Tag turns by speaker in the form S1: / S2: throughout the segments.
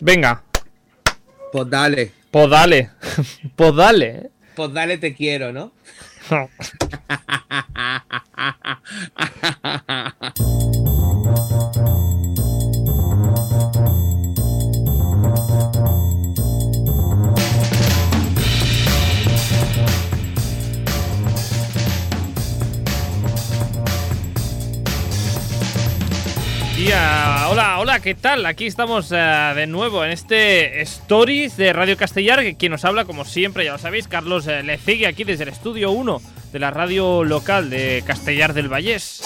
S1: Venga,
S2: Pues dale.
S1: pues dale. Pues dale.
S2: Pues dale, te quiero, ¿no?
S1: Ya, ah, hola, hola, ¿qué tal? Aquí estamos eh, de nuevo en este Stories de Radio Castellar, que quien nos habla, como siempre, ya lo sabéis, Carlos eh, le sigue aquí desde el estudio 1 de la radio local de Castellar del Vallés.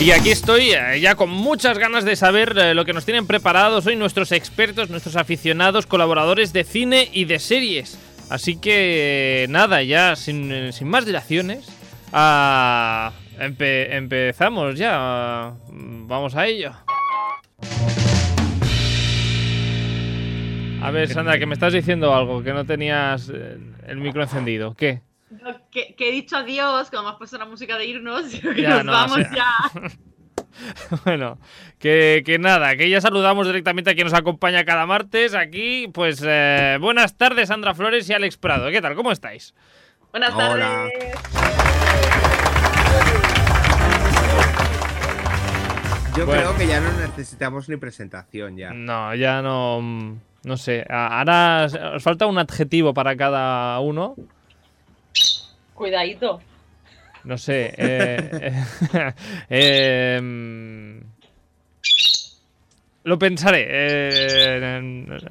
S1: Y aquí estoy eh, ya con muchas ganas de saber eh, lo que nos tienen preparados hoy nuestros expertos, nuestros aficionados, colaboradores de cine y de series. Así que eh, nada, ya sin, eh, sin más dilaciones, ah, empe- empezamos ya. ah, Vamos a ello. A ver, Sandra, que me estás diciendo algo, que no tenías eh, el micro encendido. ¿Qué?
S3: No, que, que he dicho adiós, que además puesto la música de irnos, digo que
S1: Ya,
S3: nos
S1: no, o
S3: vamos
S1: sea.
S3: ya.
S1: Bueno, que, que nada, que ya saludamos directamente a quien nos acompaña cada martes aquí. Pues eh, buenas tardes, Sandra Flores y Alex Prado. ¿Qué tal? ¿Cómo estáis?
S3: Buenas
S2: Hola.
S3: tardes.
S2: Yo
S1: Bueno. ¿Mm?
S2: creo que ya no necesitamos ni presentación ya.
S1: No, ya no. mm, No sé. A- Ahora os- os falta un adjetivo para cada uno.
S3: Cuidadito.
S1: No sé. eh, eh, eh, mm, lo pensaré. eh,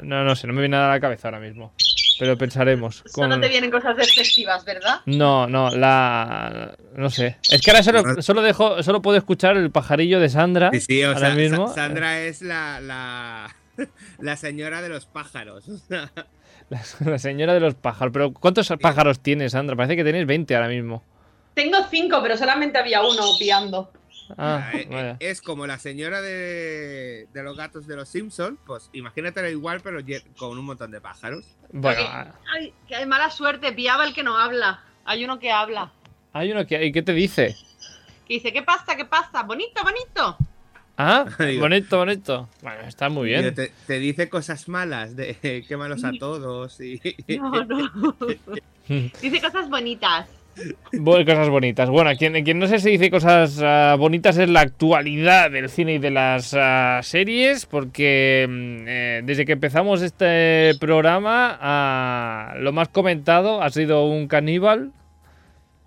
S1: no, no sé, no me viene nada a la cabeza ahora mismo. Pero pensaremos.
S3: Solo
S1: con-
S3: te vienen cosas despectivas, ¿verdad?
S1: No, no, la. No sé. Es que ahora solo, solo dejo, solo puedo escuchar el pajarillo de Sandra.
S2: Sí, sí, o
S1: ahora
S2: sea,
S1: mismo.
S2: Sa- Sandra es la, la, la señora de los pájaros. o sea,
S1: La, la señora de los pájaros. Pero ¿cuántos pájaros tienes, Sandra? Parece que tenéis 20 ahora mismo.
S3: Tengo cinco, pero solamente había uno piando.
S1: Ah,
S2: eh,
S1: vaya.
S2: Es como la señora de, de los gatos de los Simpsons. Pues imagínatela igual, pero ye- con un montón de pájaros.
S1: Bueno,
S2: eh.
S3: Ay, que hay mala suerte, piaba el que no habla. Hay uno que habla.
S1: hay uno que. ¿Y qué te dice?
S3: Que dice, ¿qué pasa? ¿Qué pasa? Bonito, bonito.
S1: Ah,
S2: Ay,
S1: bonito, bonito. Bueno, está muy
S2: Pero
S1: bien.
S2: Te, te dice cosas malas de eh, quémalos a todos y
S3: No, no. Dice cosas bonitas.
S1: Bueno, cosas bonitas. Bueno, quien, quien no sé si dice cosas ah, bonitas es la actualidad del cine y de las ah, series, porque mm, eh, desde que empezamos este programa, ah, lo más comentado ha sido un caníbal,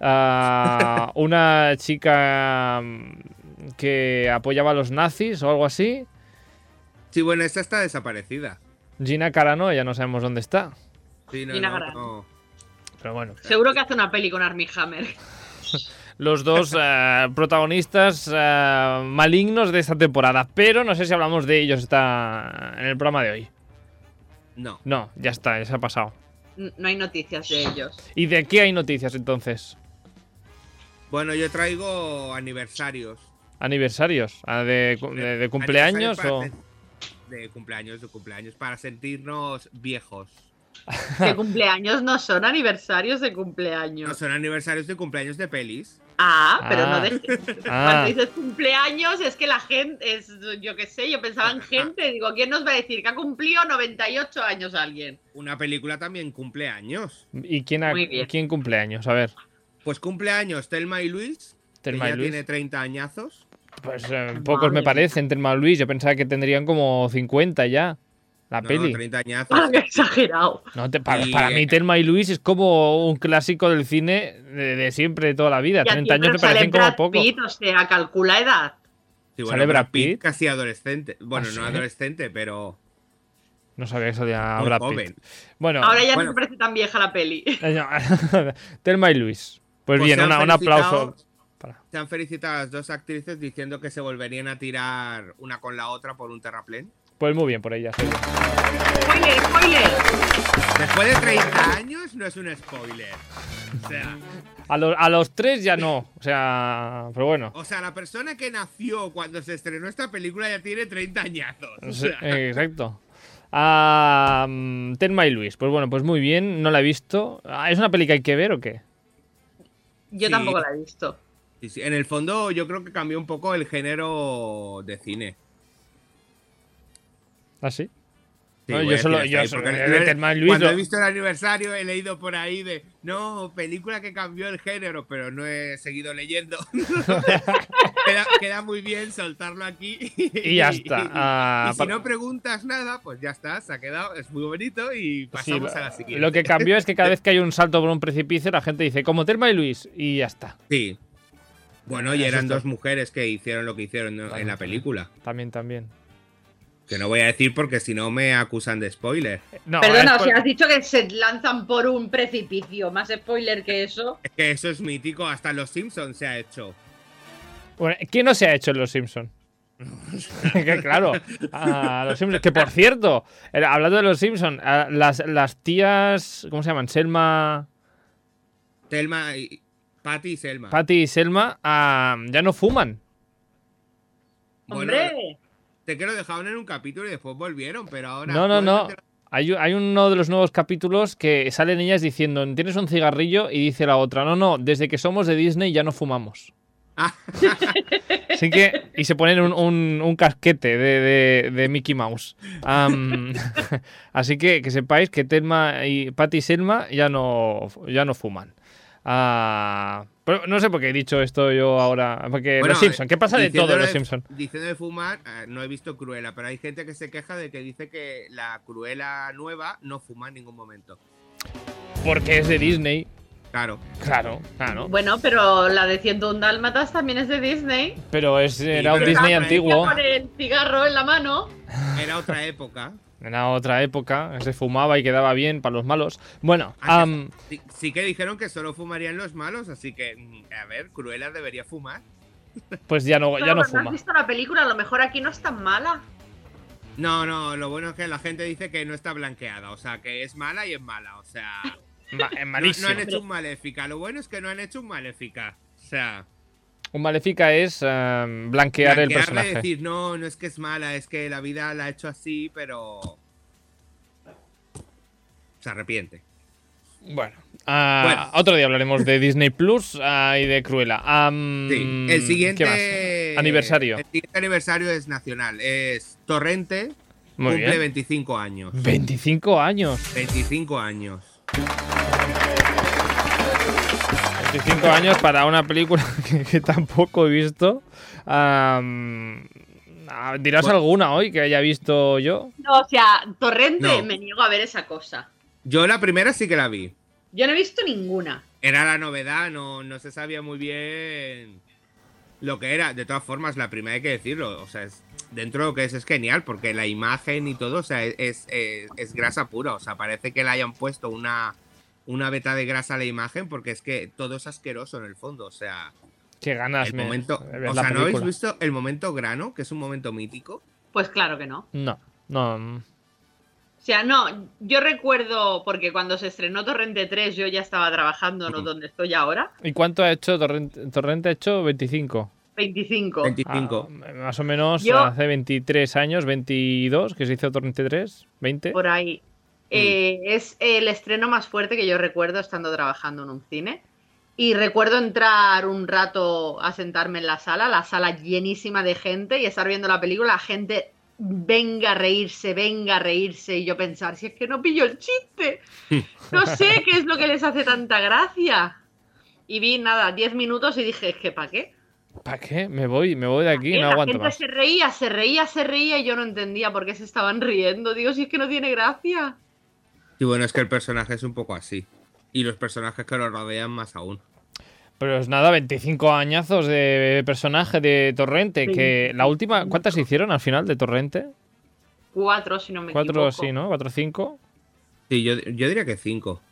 S1: ah, una chica mm, que apoyaba a los nazis o algo así,
S2: Sí, bueno, esta está desaparecida.
S1: Gina Carano, ya no sabemos dónde está.
S2: Sí, no,
S3: Y la
S2: no,
S3: gran.
S2: no.
S1: Pero bueno,
S3: Seguro que hace una peli con Armie Hammer.
S1: los dos eh, protagonistas eh, malignos de esta temporada. Pero no sé si hablamos de ellos está en el programa de hoy.
S2: No.
S1: No, ya está, ya se ha pasado.
S3: N- No hay noticias de ellos.
S1: ¿Y de qué hay noticias entonces?
S2: Bueno, yo traigo aniversarios.
S1: ¿Aniversarios? Ah, ¿De, cu- de- de cumpleaños o...?
S2: Aniversarios para- De cumpleaños, de cumpleaños, para sentirnos viejos.
S3: De cumpleaños no son aniversarios de cumpleaños.
S2: No, son aniversarios de cumpleaños de pelis.
S3: Ah, pero
S1: Ah.
S3: no de...
S1: Ah,
S3: Cuando dices cumpleaños es que la gente es, yo qué sé, yo pensaba en gente, digo, ¿quién nos va a decir que ha cumplido 98 años alguien?
S1: Ah.
S2: Una película también cumpleaños.
S1: ¿y quién, ha-
S3: Muy bien.
S1: quién cumpleaños? A ver,
S2: Pues cumpleaños Telma y Luis,
S1: Telma
S2: que
S1: y
S2: ya
S1: Luis.
S2: tiene 30 añazos.
S1: Pues eh, pocos me
S3: mía.
S1: parecen, Telma y Luis. Yo pensaba que tendrían como 50 ya. La
S2: No,
S1: peli.
S2: No, 30 añazos.
S3: Ah, qué exagerado.
S1: No, te- para,
S2: Y- eh,
S1: para mí Telma y Luis es como un clásico del cine de, de siempre, de toda la vida.
S3: Y aquí
S1: 30 años me
S3: no sale
S1: parecen como
S3: Brad
S1: poco.
S3: Pitt, o sea, calcula edad.
S2: Sí,
S1: ¿Sale Brad
S2: Pitt
S1: Pitt?
S2: Casi adolescente. Bueno,
S1: ¿Ah,
S2: no
S1: sí?
S2: adolescente, pero
S1: No sabía que salía
S2: muy
S1: Brad Pitt.
S2: joven.
S1: Bueno,
S3: Ahora ya
S2: bueno.
S3: no me parece tan vieja la peli.
S1: eh, no, Telma y Luis. Pues,
S2: Pues
S1: bien,
S2: se han
S1: una- un
S2: felicitado-
S1: aplauso. Para.
S2: Se han felicitado a las dos actrices diciendo que se volverían a tirar una con la otra por un terraplén.
S1: Pues muy bien por ella. sí.
S3: Spoiler, spoiler.
S2: Después de 30 años no es un spoiler. O sea,
S1: A, los- a los tres ya no. O sea, pero bueno.
S2: o sea, la persona que nació cuando se estrenó esta película ya tiene 30 añazos. O
S1: Sí,
S2: sea,
S1: eh, exacto. Ah, mm, Telma y Luis. Pues bueno, pues muy bien. No la he visto. Ah, ¿Es una peli que hay que ver o qué?
S3: Yo
S2: Sí.
S3: tampoco la he visto.
S2: Sí, sí. En el fondo, yo creo que cambió un poco el género de cine.
S1: ¿Ah, sí?
S2: Sí,
S1: Bueno,
S2: voy a
S1: yo solo,
S2: decir
S1: yo
S2: hasta ahí,
S1: solo,
S2: porque
S1: el Etherman Luis
S2: Cuando
S1: lo-
S2: he visto el aniversario he leído por ahí de no, película que cambió el género, pero no he seguido leyendo. queda, queda muy bien soltarlo aquí.
S1: y ya está.
S2: Y-
S1: Ah,
S2: y si
S1: pa-
S2: no preguntas nada, pues ya está, se ha quedado, es muy bonito y
S1: sí,
S2: pasamos
S1: lo-
S2: a la siguiente.
S1: Lo que cambió es que cada vez que hay un salto por un precipicio, la gente dice, como Terma y Luis, y ya está.
S2: Sí. Bueno, y
S1: Eso
S2: eran
S1: está.
S2: dos mujeres que hicieron lo que hicieron ¿no? en la película.
S1: También, también.
S2: Que no voy a decir porque si no me acusan de spoiler.
S1: No,
S3: Perdona,
S1: es
S3: o
S1: por-
S3: sea, has dicho que se lanzan por un precipicio. Más spoiler que eso.
S2: Es que eso es mítico, hasta los Simpsons se ha hecho.
S1: Bueno, ¿Quién no se ha hecho en Los Simpson? que claro, ah, los Simpson. Que por cierto, eh, hablando de los Simpson, ah, las, las tías, ¿cómo se llaman? Selma,
S2: Telma y Patty y Selma.
S1: Patty y Selma, ah, ya no fuman.
S2: Bueno,
S3: Hombre,
S2: Te que lo dejaron en un capítulo y después volvieron, pero ahora. pues,
S1: No, no, no.
S2: actualmente
S1: Hay, u- hay uno de los nuevos capítulos que salen ellas diciendo, ¿tienes un cigarrillo? Y dice la otra, no, no, desde que somos de Disney ya no fumamos.
S2: Ah.
S1: Así que, y se ponen un, un- un casquete de, de- de Mickey Mouse. Am, así que que sepáis que Telma y Patty y Selma ya no, ya no fuman. Ah, pero no sé por qué he dicho esto yo ahora. Porque
S2: Bueno,
S1: Eh, los Simpson, ¿qué pasa de
S2: diciendo
S1: todo en
S2: lo
S1: los Simpson?
S2: Diciendo de fumar, eh, no he visto Cruella, pero hay gente que se queja de que dice que la Cruella nueva no fuma en ningún momento.
S1: Porque es de Disney.
S2: Claro.
S1: Claro, claro.
S3: bueno, pero la de 101 Dálmatas también es de Disney.
S1: Pero es, era un
S2: pero
S1: Disney
S2: estaba
S1: antiguo.
S3: Con el cigarro en la mano.
S2: Era otra época.
S1: Era otra época, se fumaba y quedaba bien para los malos. Bueno,
S2: Ah,
S1: am,
S2: Sí, sí que dijeron que solo fumarían los malos, así que, mm, a ver, Cruella debería fumar.
S1: pues ya no, ya
S3: Claro,
S1: no
S3: pero has
S1: fuma.
S3: visto la película, a lo mejor aquí no es tan mala.
S2: No, no, lo bueno es que la gente dice que no está blanqueada, o sea, que es mala y es mala, o sea.
S1: Ma- eh,
S2: No, no
S1: malísimo.
S2: han hecho un maléfica, lo bueno es que no han hecho un maléfica. O sea,
S1: Un Maléfica es am, blanquear el
S2: blanquearla y
S1: personaje.
S2: decir, no, no es que es mala, es que la vida la ha hecho así, pero. Se arrepiente.
S1: Bueno, ah, otro día hablaremos de Disney Plus ah, y de Cruella. Am,
S2: Sí, el siguiente.
S1: Mm, ¿qué Aniversario.
S2: El siguiente aniversario es nacional. Es Torrente,
S1: más? Muy
S2: cumple
S1: bien.
S2: 25 años.
S1: 25 años.
S2: 25 años.
S1: 25 años para una película que, que tampoco he visto. Am, ah, ¿Dirás
S2: Bueno.
S1: alguna hoy que haya visto yo?
S3: No, o sea, Torrente,
S2: No.
S3: me niego a ver esa cosa.
S2: Yo la primera sí que la vi.
S3: Yo no he visto ninguna.
S2: Era la novedad, no, no se sabía muy bien lo que era. De todas formas, la primera hay que decirlo. O sea, es- dentro de lo que es es genial, porque la imagen y todo, o sea, es, es, eh, es grasa pura. O sea, parece que le hayan puesto una, una beta de grasa a la imagen, porque es que todo es asqueroso en el fondo. O sea,
S1: Qué ganas
S2: el
S1: me-
S2: momento.
S1: de ver
S2: O
S1: la
S2: sea, ¿no habéis
S1: película.
S2: visto el momento grano, que es un momento mítico?
S3: Pues claro que no.
S1: No, no. mm.
S3: O sea, no, yo recuerdo, porque cuando se estrenó Torrente 3 yo ya estaba trabajando, no
S2: Ujú.
S3: donde estoy ahora,
S1: ¿Y cuánto ha hecho Torrente? Torrente ha hecho 25.
S3: 25.
S2: 25.
S1: Ah, más o menos
S3: Yo-
S1: hace 23 años, 22, que se hizo Torrente 3, 20.
S3: por ahí.
S1: Mm.
S3: Eh, es el estreno más fuerte que yo recuerdo estando trabajando en un cine. Y recuerdo entrar un rato a sentarme en la sala, la sala llenísima de gente y estar viendo la película, la gente venga a reírse, venga a reírse y yo pensar, si es que no pillo el chiste, no sé qué es lo que les hace tanta gracia. Y vi nada, 10 minutos y dije, es que ¿para qué?
S1: ¿Para qué? Me voy, me voy de aquí,
S3: Eh,
S1: no
S3: la
S1: aguanto
S3: gente
S1: más.
S3: se reía, se reía, se reía y yo no entendía por qué se estaban riendo. Digo, si es que no tiene gracia.
S2: Y bueno, es que el personaje es un poco así. Y los personajes que lo rodean más aún.
S1: Pero es nada, 25 añazos de personaje de Torrente, que la última, ¿cuántas se hicieron al final de Torrente?
S3: Cuatro, si no me
S1: Cuatro,
S3: equivoco.
S1: sí, ¿no? Cuatro, cinco.
S2: Sí, yo, yo diría que cinco.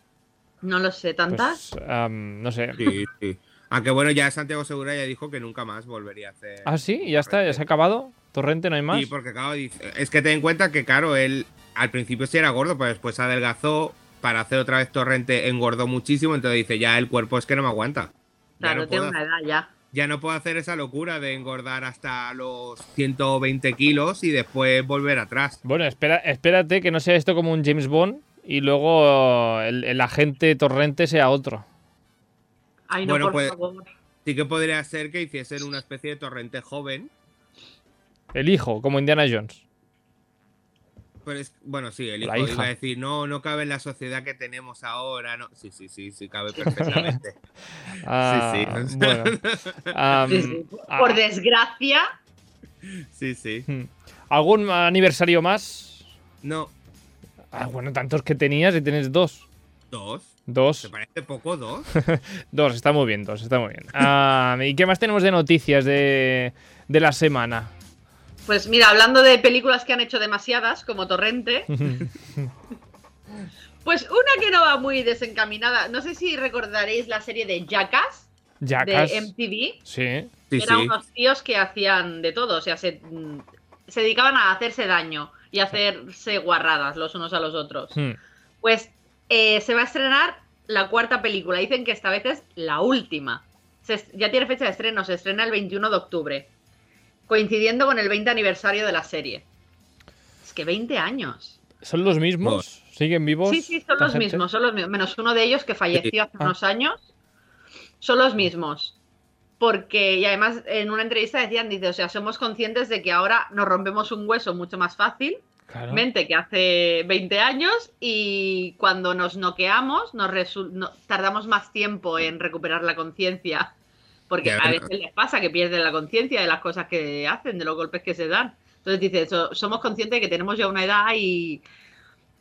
S3: No lo sé, ¿tantas?
S1: Pues, am, no sé.
S2: Sí, sí. Aunque bueno, ya Santiago Segura ya dijo que nunca más volvería a hacer.
S1: Ah, sí, ya está, ya se ha acabado. Torrente, no hay más.
S2: Sí, porque claro, dice- es que ten en cuenta que claro, él al principio sí era gordo, pero después adelgazó para hacer otra vez Torrente, engordó muchísimo, entonces dice, ya el cuerpo es que no me aguanta. Ya,
S3: claro,
S2: no,
S3: tengo
S2: puedo,
S3: una edad ya.
S2: ya no puedo hacer esa locura de engordar hasta los 120 kilos y después volver atrás.
S1: Bueno, espera, espérate que no sea esto como un James Bond y luego el, el agente torrente sea otro.
S3: Ay, no,
S2: Bueno,
S3: por
S2: pues-
S3: favor.
S2: Sí que podría ser que hiciesen una especie de torrente joven.
S1: El hijo, como Indiana Jones.
S2: Pero es, bueno, sí, el hijo
S1: La hija.
S2: iba a decir, no, no cabe en la sociedad que tenemos ahora. No. Sí, sí, sí, sí, cabe perfectamente.
S1: Ah,
S2: Sí, sí.
S1: bueno. Am,
S3: Sí, sí. Por
S1: ah,
S3: por desgracia,
S2: sí, sí.
S1: hmm. ¿Algún aniversario más?
S2: No,
S1: Ah, bueno, tantos que tenías y tienes dos.
S2: dos. ¿Te
S1: Dos,
S2: parece poco dos?
S1: dos, está muy bien, dos, está muy bien. Ah, ¿Y qué más tenemos de noticias de, de la semana?
S3: pues mira, hablando de películas que han hecho demasiadas, como Torrente, pues una que no va muy desencaminada. No sé si recordaréis la serie de Jackass
S1: Jackass.
S3: de em- MTV.
S1: Sí.
S2: Sí,
S3: Eran
S2: sí.
S3: unos tíos que hacían de todo, o sea, se, mm, se dedicaban a hacerse daño y a hacerse guarradas los unos a los otros.
S1: Hmm.
S3: Pues eh, se va a estrenar la cuarta película. Dicen que esta vez es la última. Se est- ya tiene fecha de estreno, se estrena el 21 de octubre, coincidiendo con el 20 aniversario de la serie. Es que 20 años.
S1: ¿Son los mismos? ¿Siguen vivos?
S3: Sí, sí, son
S1: esta
S3: los
S1: gente?
S3: mismos, son los mismos. Menos uno de ellos que falleció hace
S1: Ah.
S3: unos años. Son los mismos. Porque, y además en una entrevista decían, dice, o sea, somos conscientes de que ahora nos rompemos un hueso mucho más fácil
S1: Claro.
S3: mente que hace 20 años y cuando nos noqueamos nos resu- no- tardamos más tiempo en recuperar la conciencia. Porque
S2: Ya,
S3: a
S2: pero-
S3: veces les pasa que pierden la conciencia de las cosas que hacen, de los golpes que se dan. Entonces dice, "So- somos conscientes de que tenemos ya una edad y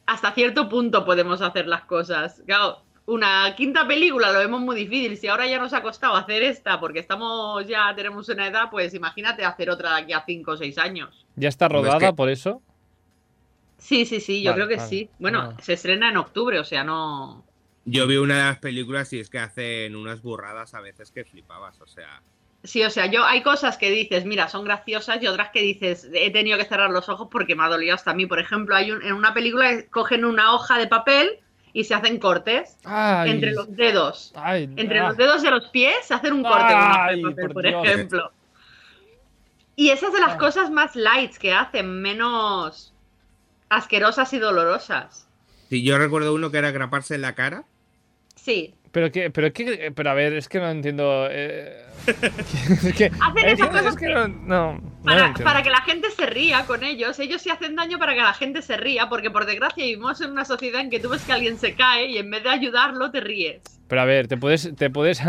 S3: hasta cierto punto podemos hacer las cosas. Claro, una quinta película lo vemos muy difícil. Si ahora ya nos ha costado hacer esta porque estamos ya tenemos una edad, pues imagínate hacer otra de aquí a 5 o 6 años.
S1: ¿Ya está
S2: Hombre, es
S1: rodada
S2: que-
S1: por eso?
S3: Sí, sí, sí, yo
S1: Vale,
S3: creo que
S1: vale.
S3: sí. Bueno,
S1: Ah.
S3: se estrena en octubre, o sea, no.
S2: Yo vi una de las películas y es que hacen unas burradas a veces que flipabas, o sea.
S3: Sí, o sea, yo hay cosas que dices, mira, son graciosas y otras que dices, he tenido que cerrar los ojos porque me ha dolido hasta a mí. Por ejemplo, hay un- en una película que cogen una hoja de papel y se hacen cortes
S1: Ay,
S3: entre los dedos.
S1: ay,
S3: Entre
S1: ah.
S3: los dedos de los pies se hacen un corte con una hoja
S1: Ay,
S3: de papel,
S1: por
S3: por,
S1: Dios.
S3: ejemplo. Y esas de las
S1: Ah.
S3: cosas más lights que hacen, menos asquerosas y dolorosas.
S2: Si yo recuerdo uno que era graparse en la cara.
S3: Sí,
S1: Pero que, pero que, pero a ver, es que no entiendo. eh, es que,
S3: Hacen
S1: es
S3: esas
S1: que-
S3: cosas
S1: es que no, no, no lo
S3: Para,
S1: entiendo.
S3: para que la gente se ría con ellos, ellos se hacen daño para que la gente se ría, porque por desgracia vivimos en una sociedad en que tú ves que alguien se cae y en vez de ayudarlo te ríes.
S1: Pero a ver, te puedes, te puedes,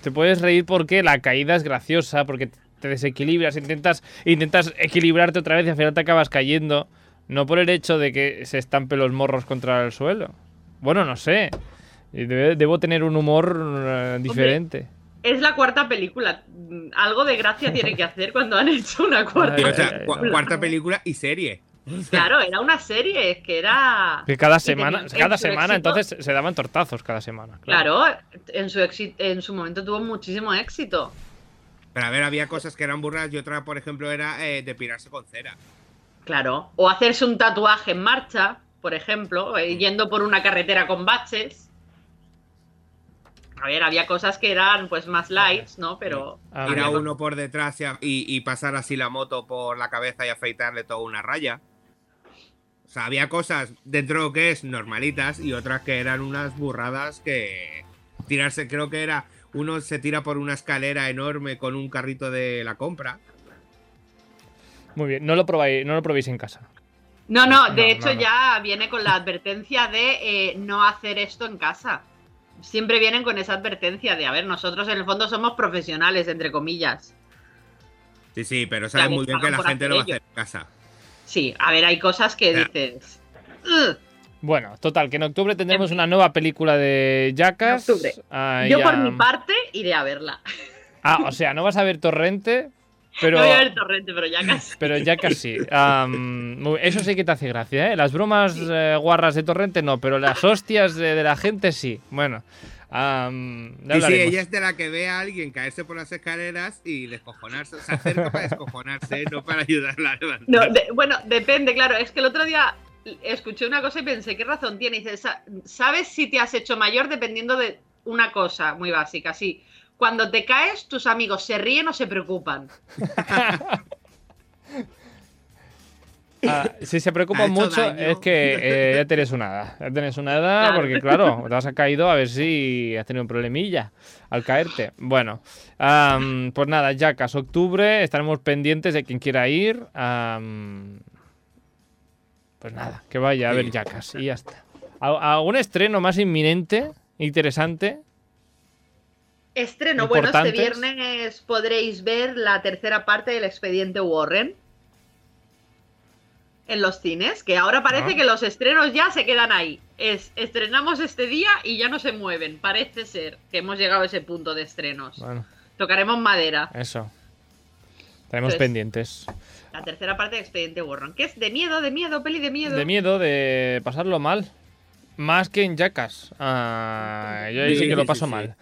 S1: te puedes reír porque la caída es graciosa, porque te desequilibras, intentas, intentas equilibrarte otra vez y al final te acabas cayendo. No por el hecho de que se estampen los morros contra el suelo. Bueno, no sé. Y debe- Debo tener un humor eh, diferente.
S3: Es la cuarta película, mm, algo de gracia tiene que hacer cuando han hecho una cuarta.
S2: Sí, o
S1: Ay,
S2: sea,
S1: ay, ay,
S2: cua-
S1: no.
S2: cuarta película y serie.
S3: Claro, era una serie, es que era...
S1: Que cada
S3: tenían
S1: semana,
S3: en
S1: cada
S3: su
S1: semana,
S3: éxito-
S1: entonces se daban tortazos cada semana.
S3: Claro, en su, exi- en su momento tuvo muchísimo éxito.
S2: Pero a ver, había cosas que eran burras y otra, por ejemplo, era eh, depilarse con cera.
S3: Claro. O hacerse un tatuaje en marcha, por ejemplo, eh, yendo por una carretera con baches. A ver, había cosas que eran pues más lights, ¿no? Pero.
S1: Ah,
S2: Ir
S1: mira.
S2: a uno por detrás y, a- y- y pasar así la moto por la cabeza y afeitarle toda una raya. O sea, había cosas dentro de lo que es normalitas y otras que eran unas burradas que tirarse, creo que era uno se tira por una escalera enorme con un carrito de la compra.
S1: Muy bien, no lo probáis, no lo probéis en casa.
S3: No, no, de
S1: No,
S3: hecho
S1: no, no.
S3: ya viene con la advertencia de eh, no hacer esto en casa. Siempre vienen con esa advertencia de, a ver, nosotros en el fondo somos profesionales, entre comillas.
S2: Sí, sí, pero sabes
S3: Ya,
S2: muy bien que
S3: pagan
S2: la
S3: por
S2: gente
S3: hacer
S2: lo va a
S3: ello.
S2: hacer en casa.
S3: Sí, a ver, hay cosas que
S2: Ya.
S3: dices. "Ugh".
S1: Bueno, total, que en octubre tendremos una nueva película de Jackass.
S3: En octubre.
S1: Ah,
S3: Yo
S1: y,
S3: por
S1: ah,
S3: mi parte iré a verla.
S1: Ah, o sea, no vas a ver Torrente, pero,
S3: No voy a ver Torrente, pero ya casi.
S1: pero Jackass sí. Ah, mm, muy- eso sí que te hace gracia, ¿eh? Las bromas eh, guarras de Torrente no, pero las hostias de, de la gente sí. Bueno, ah, mm, ya
S2: Y sí,
S1: hablaremos.
S2: ella es de la que ve a alguien caerse por las escaleras y descojonarse. Se acerca para descojonarse, no para ayudarla a levantar.
S3: No, de- bueno, depende, claro. Es que el otro día escuché una cosa y pensé, ¿qué razón tiene? Y dice, "Sa- ¿sabes si te has hecho mayor dependiendo de una cosa muy básica? Sí, cuando te caes, tus amigos se ríen o se preocupan.
S1: Ah, si se preocupan
S2: Ha hecho
S1: mucho
S2: daño.
S1: es que eh, ya tenés una edad. Ya tenés una edad
S3: Claro.
S1: porque, claro, te has caído a ver si has tenido un problemilla al caerte. Bueno, am, pues nada, Yacas, octubre, estaremos pendientes de quien quiera ir. am, pues nada, que vaya a
S2: Sí.
S1: ver Yacas y ya está. ¿Al- ¿Algún estreno más inminente, interesante?
S3: Estreno, bueno, este
S1: ¿Importantes?
S3: viernes podréis ver la tercera parte del expediente Warren en los cines, que ahora parece
S1: Ah.
S3: que los estrenos ya se quedan ahí. Es, estrenamos este día y ya no se mueven. Parece ser que hemos llegado a ese punto de estrenos.
S1: Bueno,
S3: Tocaremos madera.
S1: eso. Estaremos
S3: Pues,
S1: pendientes.
S3: La tercera parte del expediente Warren, que es de miedo, de miedo, peli de miedo.
S1: De miedo, de pasarlo mal. Más que en Jackas. Ah, yo ahí sí
S2: Sí,
S1: que lo
S2: sí,
S1: paso
S2: sí.
S1: mal.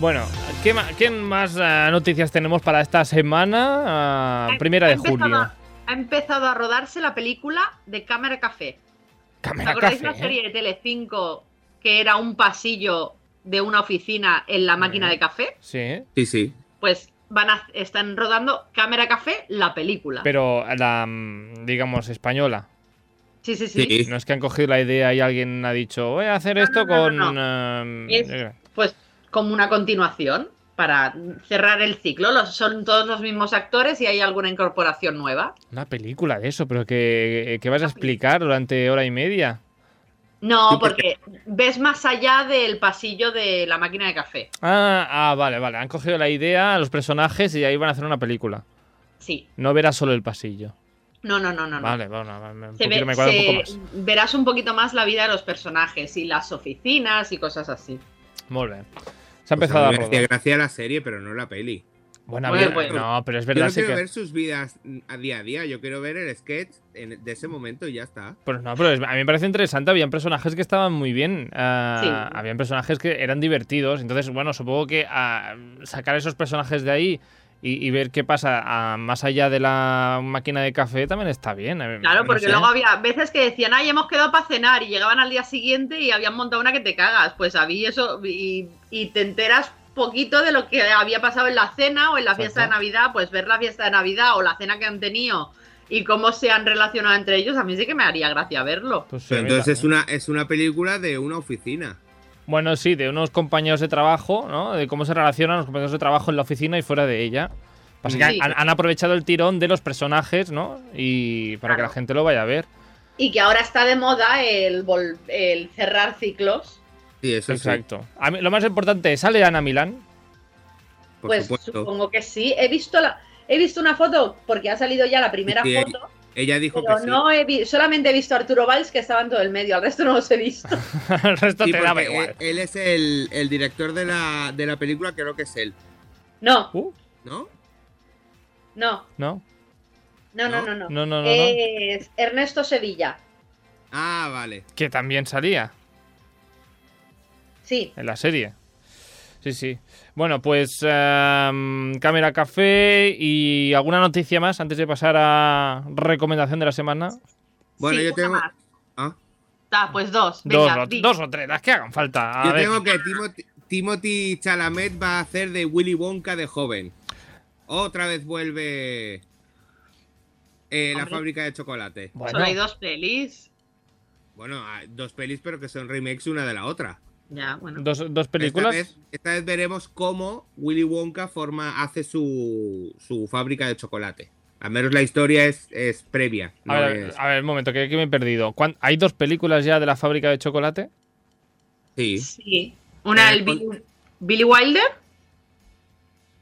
S1: Bueno, ¿qué, ma- qué más ah, noticias tenemos para esta semana? Ah,
S3: Ha-
S1: primera
S3: ha
S1: de
S3: empezado
S1: julio.
S3: a- ha empezado a rodarse la película de Cámara Café. ¿Os
S1: Cámara
S3: acordáis
S1: Café,
S3: la
S1: ¿eh?
S3: serie de Telecinco que era un pasillo de una oficina en la máquina de café?
S1: Sí, ¿eh?
S2: Sí, sí.
S3: Pues van a, están rodando Cámara Café la película.
S1: pero la, mm, digamos, española.
S3: sí, sí, sí,
S2: Sí.
S1: No es que han cogido la idea y alguien ha dicho, voy a hacer
S3: No,
S1: esto
S3: no, no,
S1: con...
S3: no,
S1: ah,
S3: Es-
S1: eh,
S3: Pues como una continuación para cerrar el ciclo. Los- son todos los mismos actores y hay alguna incorporación nueva.
S1: Una película de eso, pero que, que vas a
S3: Una película.
S1: explicar durante hora y media.
S3: No,
S2: Sí,
S3: porque ves más allá del pasillo de la máquina de café.
S1: Ah, ah, vale, vale. Han cogido la idea, los personajes y ahí van a hacer una película.
S3: Sí.
S1: No verás solo el pasillo.
S3: No, no, Ah, no, no. no.
S1: Vale, bueno, me- un
S3: Se
S1: poquito
S3: ve-
S1: me cuadra un
S3: se-
S1: poco más.
S3: Verás un poquito más la vida de los personajes y las oficinas y cosas así.
S1: Mm, Muy bien. Se ha
S2: O sea,
S1: empezado
S2: Pues me
S1: a
S2: hacía
S1: rodar.
S2: gracia la serie, pero no la peli.
S1: Bueno,
S3: Bueno,
S1: bien,
S3: bueno.
S1: no, pero es
S2: Yo
S1: verdad
S2: no
S1: sí
S2: quiero
S1: que.
S2: ver sus vidas mm, a día a día. Yo quiero ver el sketch en- de ese momento y ya está.
S1: Pues no, pero es- a mí me parece interesante. Habían personajes que estaban muy bien. ah,
S3: Sí.
S1: Habían personajes que eran divertidos. Entonces, bueno, supongo que ah, sacar esos personajes de ahí y, y ver qué pasa ah, más allá de la máquina de café también está bien. A mí-
S3: Claro,
S1: no
S3: porque
S1: sé.
S3: luego había veces que decían, ay, hemos quedado para cenar y llegaban al día siguiente y habían montado una que te cagas. Pues había eso y, y te enteras poquito de lo que había pasado en la cena o en la fiesta de
S1: Exacto.
S3: Navidad, pues ver la fiesta de Navidad o la cena que han tenido y cómo se han relacionado entre ellos, a mí sí que me haría gracia verlo.
S1: Pues sí,
S2: Pero
S1: a mí
S2: entonces es
S1: también.
S2: una, es una película de una oficina.
S1: Bueno, sí, de unos compañeros de trabajo, ¿no? De cómo se relacionan los compañeros de trabajo en la oficina y fuera de ella. Pasa que
S3: Sí.
S1: han, han aprovechado el tirón de los personajes, ¿no? Y para que
S3: Claro.
S1: la gente lo vaya a ver.
S3: Y que ahora está de moda el, vol- el cerrar ciclos.
S2: Sí, eso
S1: Exacto. A mí- lo más importante es, ¿sale Ana Milán?
S2: sí, por
S3: pues
S2: supuesto.
S3: supongo que sí. He visto la, he visto una foto porque ha salido ya la primera
S2: Sí,
S3: foto.
S2: Ella dijo
S3: Pero
S2: que sí.
S3: no he vi- solamente he visto a Arturo Valls que estaba en todo el medio, al resto no los he visto.
S1: el resto
S2: Sí,
S1: te daba
S2: porque eh,
S1: igual.
S2: Él, él es el, el director de la, de la película, creo que es él,
S3: No,
S1: Uh,
S2: ¿no?
S3: no,
S1: no,
S3: no, no, no, Eh. no.
S1: no, no, no, no.
S3: Es Ernesto Sevilla.
S2: Ah, vale.
S1: Que también salía
S3: Sí,
S1: en la serie. Sí, sí. Bueno, pues ehm, Cámara Café y alguna noticia más antes de pasar a recomendación de la semana.
S2: Bueno,
S3: Sí,
S2: yo
S3: una
S2: tengo.
S3: más.
S2: Ah.
S3: está, pues dos.
S1: Dos,
S3: Venga,
S1: o-
S3: di.
S1: dos o tres, las que hagan falta. A
S2: yo
S1: ver.
S2: tengo que Timothy, Timothy Chalamet va a hacer de Willy Wonka de joven. Otra vez vuelve eh, la
S3: Hombre.
S2: fábrica de chocolate.
S1: Bueno,
S3: Solo hay dos pelis.
S2: Bueno, ah, dos pelis, pero que son remakes una de la otra.
S3: Ya, bueno.
S1: dos, dos películas.
S2: Esta vez, esta vez veremos cómo Willy Wonka forma, hace su, su fábrica de chocolate. Al menos la historia es, es previa.
S1: A
S2: no
S1: ver,
S2: es-
S1: a ver, un momento, que aquí me he perdido. ¿Cuán- ¿Hay dos películas ya de la fábrica de chocolate?
S2: sí.
S3: Sí. Una,
S2: Eh,
S3: el
S2: con-
S3: Billy, Billy Wilder.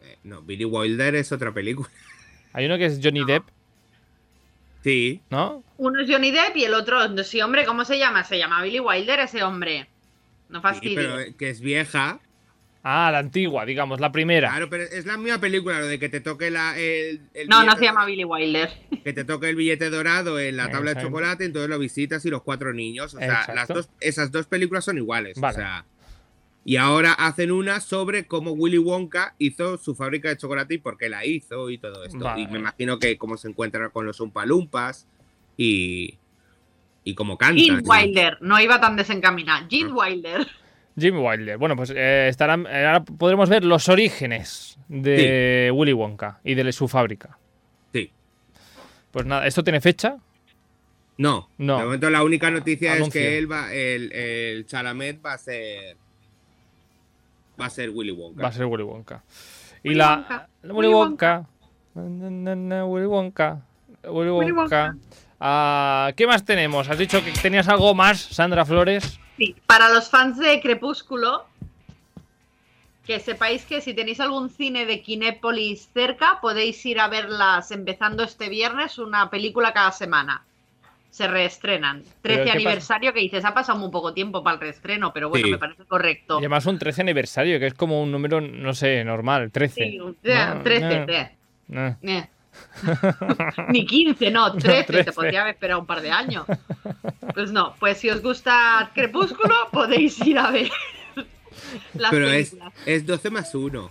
S2: Eh, No, Billy Wilder es otra película.
S1: Hay uno que es Johnny Depp,
S2: Sí.
S1: ¿no?
S3: Uno es Johnny Depp y el otro, no, sí, hombre, ¿cómo se llama? Se llama Billy Wilder ese hombre. No
S2: Sí,
S3: fastidio.
S2: pero eh, que es vieja.
S1: Ah, la antigua, digamos, la primera.
S2: Claro, pero es la misma película, lo de que te toque la, el, el
S3: no, no
S2: billete
S3: se llama
S2: dorado-
S3: Billy Wilder.
S2: que te toque el billete dorado en la tabla de
S1: Exacto.
S2: chocolate, entonces lo visitas y los cuatro niños. O sea,
S1: Exacto.
S2: las dos, esas dos películas son iguales.
S1: Vale.
S2: O sea, y ahora hacen una sobre cómo Willy Wonka hizo su fábrica de chocolate y por qué la hizo y todo esto.
S1: Vale.
S2: Y me imagino que cómo se encuentra con los umpalumpas y, y cómo canta.
S3: Gene
S2: ¿sí?
S3: Wilder. No iba tan desencaminada. Gene Wilder.
S1: Jimmy Wilder. Bueno, pues eh, estarán, eh, ahora podremos ver los orígenes de Willy Wonka y de su fábrica.
S2: Sí.
S1: Pues nada, ¿esto tiene fecha?
S2: No,
S1: No.
S2: De momento la única noticia
S1: Anuncio.
S2: es que él va, el, el Chalamet va a ser. Va a ser Willy Wonka.
S1: Va a ser Willy Wonka. Y
S3: Willy
S1: la.
S3: Wonka,
S1: Willy
S3: Willy
S1: Wonka. Na, na, na, Willy Wonka. Willy
S3: Willy
S1: Wonka.
S3: Wonka.
S1: Ah, ¿Qué más tenemos? Has dicho que tenías algo más, Sandra Flores.
S3: Sí, para los fans de Crepúsculo, que sepáis que si tenéis algún cine de Kinépolis cerca, podéis ir a verlas empezando este viernes, una película cada semana. Se reestrenan.
S1: Pero,
S3: 13
S1: ¿qué pasa?
S3: aniversario que dices, ha pasado muy poco tiempo para el reestreno, pero bueno,
S2: Sí.
S3: me parece correcto.
S1: Y además un 13 aniversario, que es como un número, no sé, normal, 13.
S3: Sí, o sea,
S1: No,
S3: 13,
S1: no,
S3: eh,
S1: no.
S3: eh. Ni 15, no, 13,
S1: trece.
S3: te podría haber esperado un par de años. Pues no, pues si os gusta Crepúsculo, podéis ir a ver las
S2: Pero es,
S3: películas.
S2: es 12 más 1.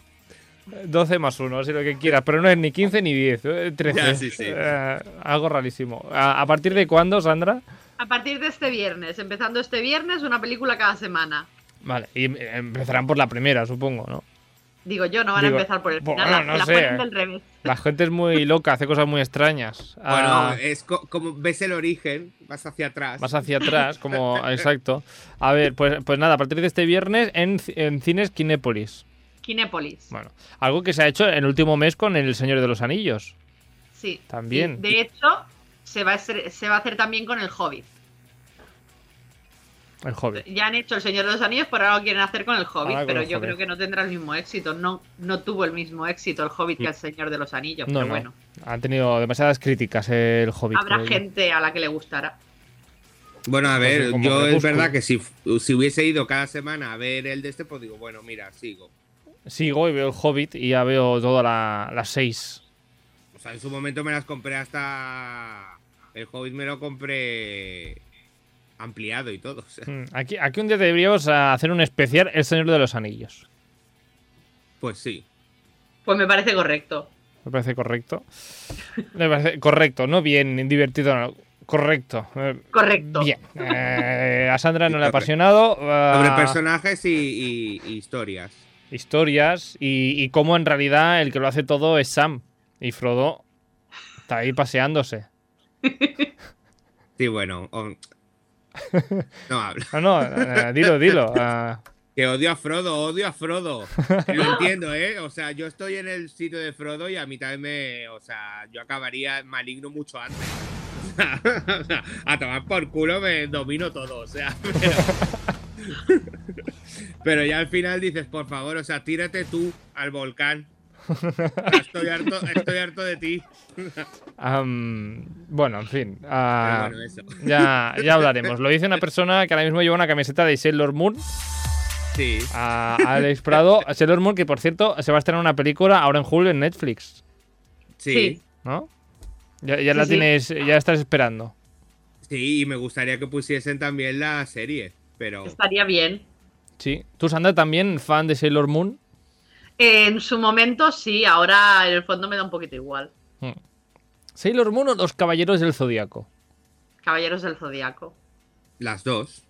S1: 12 más 1, así lo que quieras, pero no es ni 15 ni 10, eh, 13.
S2: Ya, sí, sí.
S1: Eh, algo rarísimo. ¿A, a partir de cuándo, Sandra?
S3: A partir de este viernes, empezando este viernes, una película cada semana.
S1: Vale, y eh, empezarán por la primera, supongo, ¿no?
S3: Digo yo, no van
S1: Digo,
S3: a empezar por el
S1: bueno,
S3: final, la-
S1: no
S3: la
S1: sé. ¿eh?
S3: ponen del revés.
S1: La gente es muy loca, hace cosas muy extrañas. Ah,
S2: Bueno, eh. es co- como ves el origen, vas hacia atrás.
S1: Más hacia atrás, como exacto. A ver, pues, pues nada, a partir de este viernes en, ci- en cines Kinépolis.
S3: Kinépolis.
S1: Bueno, algo que se ha hecho en el último mes con El Señor de los Anillos.
S3: sí.
S1: también.
S3: Y, de hecho, se va, a hacer, se va a hacer también con el Hobbit.
S1: El Hobbit.
S3: Ya han hecho el Señor de los Anillos, pero ahora lo quieren hacer con el Hobbit,
S1: Ahora con
S3: pero
S1: el
S3: yo
S1: Hobbit.
S3: creo que no tendrá el mismo éxito. No, no tuvo el mismo éxito el Hobbit que el Señor de los Anillos,
S1: No,
S3: pero
S1: no.
S3: bueno.
S1: Han tenido demasiadas críticas eh, el Hobbit.
S3: Habrá
S1: creo yo.
S3: gente a la que le gustará.
S2: Bueno, a
S1: No sé,
S2: ver,
S1: como
S2: yo es
S1: Crepúsculo.
S2: verdad que si, si hubiese ido cada semana a ver el de este, pues digo, bueno, mira, sigo.
S1: Sigo y veo el Hobbit y ya veo todas la- las seis.
S2: O sea, en su momento me las compré hasta. El Hobbit me lo compré ampliado y todo. o sea,
S1: Mm, Aquí, aquí un día deberíamos ah, hacer un especial El Señor de los Anillos.
S2: pues sí.
S3: Pues me parece correcto.
S1: Me parece correcto. Me parece correcto, no bien, divertido, no. Correcto. Eh,
S3: Correcto.
S1: Bien. Eh, a Sandra no le ha
S2: Sobre-
S1: apasionado. ah,
S2: Sobre personajes y, y- y historias.
S1: historias y, y cómo en realidad el que lo hace todo es Sam. Y Frodo está ahí paseándose.
S2: Sí, bueno. o- No hablo.
S1: No, no, eh, dilo, dilo. ah,
S2: Que odio a Frodo, odio a Frodo. Lo entiendo, ¿eh? O sea, yo estoy en el sitio de Frodo y a mí también me. O sea, yo acabaría maligno mucho antes. O sea, a tomar por culo me domino todo, o sea. Pero, pero ya al final dices, por favor, o sea, tírate tú al volcán. Estoy harto, estoy harto de ti.
S1: am, bueno, en fin. ah,
S3: eh.
S2: Pero bueno, eso.
S1: ya, ya hablaremos. Lo dice una persona que ahora mismo lleva una camiseta de Sailor Moon
S2: Sí.
S1: a Alex Prado. Sailor Moon, que por cierto se va a estrenar una película ahora en julio en Netflix,
S2: Sí.
S1: ¿no? Ya, ya
S3: Sí,
S1: la
S3: sí.
S1: tienes, ya estás esperando.
S2: Sí, y me gustaría que pusiesen también la serie, pero
S3: Estaría bien.
S1: Sí. ¿Tú, Sandra, también fan de Sailor Moon?
S3: En su momento sí, ahora en el fondo me da un poquito igual.
S1: ¿Sailor Moon o los Caballeros del Zodíaco?
S3: Caballeros del Zodíaco.
S2: las dos.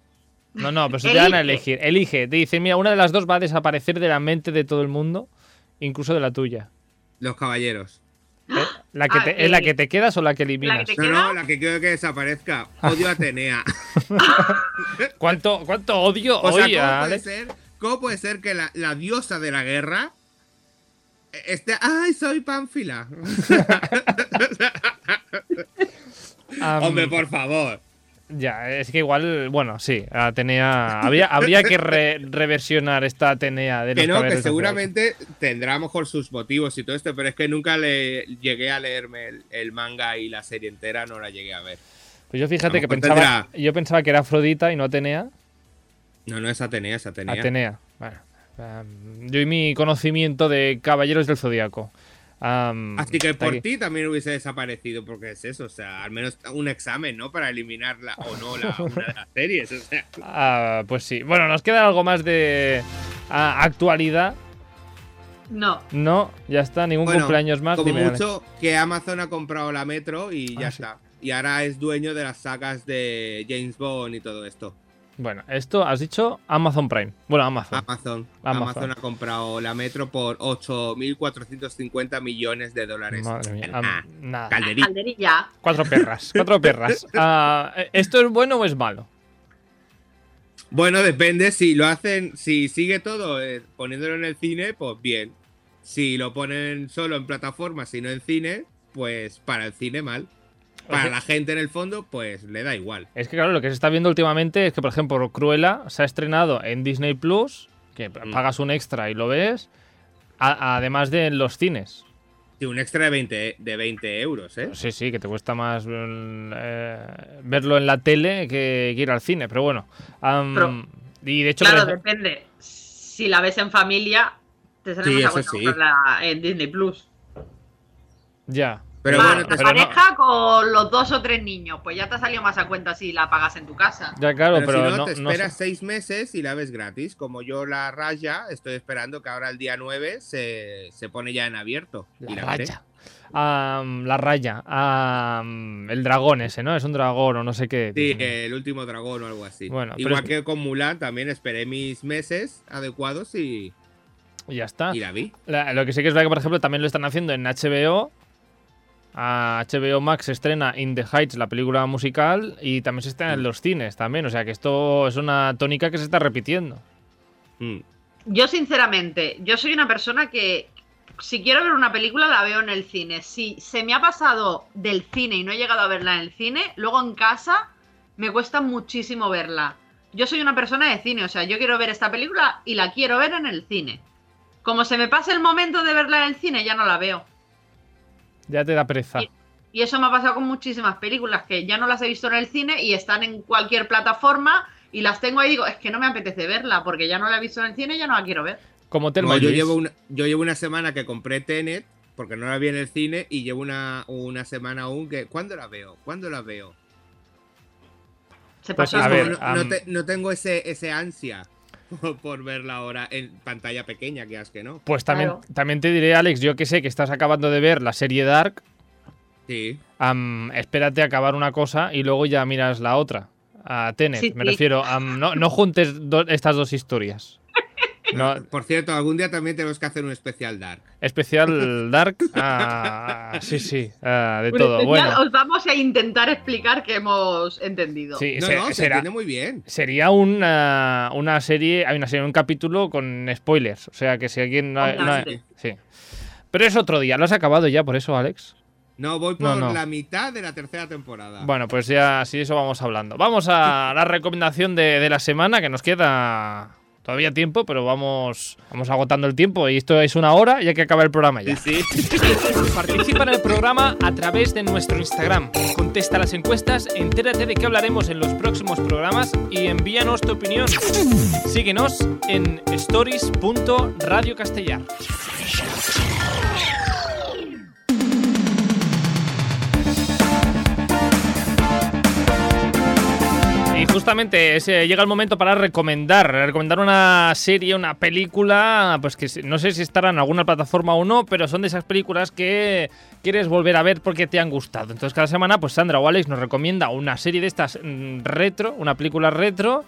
S1: No, no, pero se te dan a
S3: Elige.
S1: elegir. Elige. Te dicen, mira, una de las dos va a desaparecer de la mente de todo el mundo, incluso de la tuya.
S2: Los caballeros.
S1: ¿Eh? La que
S3: Ah,
S1: te- ¿Es la
S3: eh,
S1: que te quedas o la que eliminas?
S3: te-
S2: No,
S3: queda?
S2: no, la que quiero que desaparezca.
S1: Ah.
S2: Odio a Atenea.
S1: ¿Cuánto, ¿Cuánto odio
S2: O sea,
S1: hoy a
S2: ¿cómo puede,
S1: Alex?
S2: ser, cómo puede ser que la, la diosa de la guerra eh, esté. ¡Ay, soy Pánfila!
S1: Am,
S2: Hombre, por favor.
S1: Ya, es que igual, bueno, sí, Atenea. Habría, habría que re- reversionar esta Atenea de los
S2: Que no,
S1: Caballeros
S2: que
S1: del
S2: seguramente tendrá a lo mejor sus motivos y todo esto, pero es que nunca le llegué a leerme el, el manga y la serie entera, no la llegué a ver.
S1: Zodíaco. Pues yo fíjate que
S2: A lo mejor
S1: pensaba, yo pensaba que era Afrodita y no Atenea.
S2: No, no es Atenea, es Atenea.
S1: Atenea. Bueno, am, yo y mi conocimiento de Caballeros del Zodíaco. Am,
S2: Así que
S1: está
S2: por
S1: aquí.
S2: ti también hubiese desaparecido, porque es eso, o sea, al menos un examen, ¿no? Para eliminarla o no la, una de las series, o sea.
S1: Ah, pues sí. Bueno, nos queda algo más de ah, actualidad.
S3: No,
S1: No, ya está, ningún
S2: Bueno,
S1: cumpleaños más.
S2: Como
S1: Dime, Alex.
S2: mucho que Amazon ha comprado la Metro y ya
S1: Ah, sí.
S2: está. Y ahora es dueño de las sagas de James Bond y todo esto.
S1: Bueno, esto has dicho Amazon Prime. Bueno, Amazon.
S2: Amazon.
S1: Amazon.
S2: Amazon. ha comprado la Metro por 8.450 millones de dólares.
S1: Madre mía.
S2: Ah,
S1: am- nada.
S2: calderita.
S3: Calderilla.
S1: Cuatro perras. Cuatro perras. Ah, ¿Esto es bueno o es malo?
S2: Bueno, depende si lo hacen, si sigue todo eh, poniéndolo en el cine, pues bien. Si lo ponen solo en plataformas y no en cine, pues para el cine mal. Para
S1: Oye.
S2: la gente en el fondo, pues le da igual.
S1: Es que claro, lo que se está viendo últimamente es que, por ejemplo, Cruella se ha estrenado en Disney Plus, que
S2: Mm.
S1: pagas un extra y lo ves, a- además de en los cines.
S2: Sí, un extra de 20, de 20 euros, ¿eh?
S1: Sí, sí, que te cuesta más mm, eh, verlo en la tele que, que ir al cine, pero bueno. am,
S3: Pero-
S1: y de hecho, por
S3: Claro,
S1: ejemplo-
S3: depende. Si la ves en familia, te sale
S2: Sí,
S3: más a
S2: eso
S3: cuenta
S2: sí.
S3: comprarla en Disney Plus.
S1: ya.
S2: Pero
S3: Más,
S2: bueno,
S3: tu
S1: pero no-
S3: pareja con los dos o tres niños, pues ya te salió más a cuenta si la pagas en tu casa.
S1: Ya, claro, pero,
S2: Pero si no,
S1: no,
S2: te
S1: no sé.
S2: esperas seis meses y la ves gratis. Como yo la raya, estoy esperando que ahora el día 9 se, se pone ya en abierto. y
S1: La
S2: la veré.
S1: raya. Am, la raya. am, el dragón ese, ¿no? Es un dragón o no sé qué.
S2: Sí, el último dragón o algo así.
S1: Bueno, pero
S2: Igual
S1: es
S2: que... con Mulan, también esperé mis meses adecuados y,
S1: Y ya está.
S2: y la vi.
S1: La- lo que sí que es verdad que, por ejemplo, también lo están haciendo en HBO. Ah, HBO Max estrena In the Heights, la película musical, y también se estrena en los cines también. O sea que esto es una tónica que se está repitiendo.
S2: Mm.
S3: Yo, sinceramente, yo soy una persona que si quiero ver una película la veo en el cine. Si se me ha pasado del cine y no he llegado a verla en el cine, luego en casa me cuesta muchísimo verla. Yo soy una persona de cine, o sea, yo quiero ver esta película y la quiero ver en el cine. Como se me pasa el momento de verla en el cine, ya no la veo.
S1: Ya te da pereza.
S3: Y eso me ha pasado con muchísimas películas que ya no las he visto en el cine y están en cualquier plataforma y las tengo ahí y digo, es que no me apetece verla porque ya no la he visto en el cine y ya no la quiero ver.
S1: Como Telma
S2: No,
S1: y
S2: yo,
S1: Luis.
S2: llevo una, yo llevo una semana que compré Tenet porque no la vi en el cine y llevo una, una semana aún que... ¿Cuándo la veo? ¿Cuándo la veo?
S3: Se
S1: Pues,
S3: pasó
S1: a
S3: el
S1: ver,
S2: no,
S3: momento.
S2: no
S1: am-
S2: te- no tengo ese, ese ansia por verla ahora en pantalla pequeña, que as que no.
S1: Pues también,
S3: Claro.
S1: también te diré, Alex, yo que sé que estás acabando de ver la serie Dark.
S2: Sí.
S1: am, espérate a acabar una cosa y luego ya miras la otra. A Tenet,
S3: Sí,
S1: me
S3: sí.
S1: refiero. am, no, no juntes do- estas dos historias. No,
S2: Por cierto, algún día también tenemos que hacer un especial Dark.
S1: Especial Dark. ah, sí, sí, ah, de
S3: Bueno,
S1: todo.
S3: ya
S1: Bueno,
S3: Os vamos a intentar explicar que hemos entendido.
S1: sí,
S2: No,
S1: se-
S2: no, se
S1: será,
S2: entiende muy bien.
S1: sería una, una serie, hay una serie, un capítulo con spoilers. O sea que si alguien no, ha- no ha-
S3: Bastante.
S1: sí. Pero es otro día, ¿lo has acabado ya por eso, Alex?
S2: No, voy por
S1: No, no.
S2: la mitad de la tercera temporada.
S1: Bueno, pues ya, si eso vamos hablando. Vamos a la recomendación de, de la semana, que nos queda todavía tiempo, pero vamos, vamos agotando el tiempo. Y esto es una hora y hay que acabar el programa ya.
S2: Sí, sí.
S1: Participa en el programa a través de nuestro Instagram. Contesta las encuestas, entérate de qué hablaremos en los próximos programas y envíanos tu opinión. Síguenos en stories.radiocastellar. Y justamente es, eh, llega el momento para recomendar, recomendar una serie, una película, pues que se- no sé si estará en alguna plataforma o no, pero son de esas películas que quieres volver a ver porque te han gustado. Entonces cada semana pues Sandra o Alex nos recomienda una serie de estas mm, retro, una película retro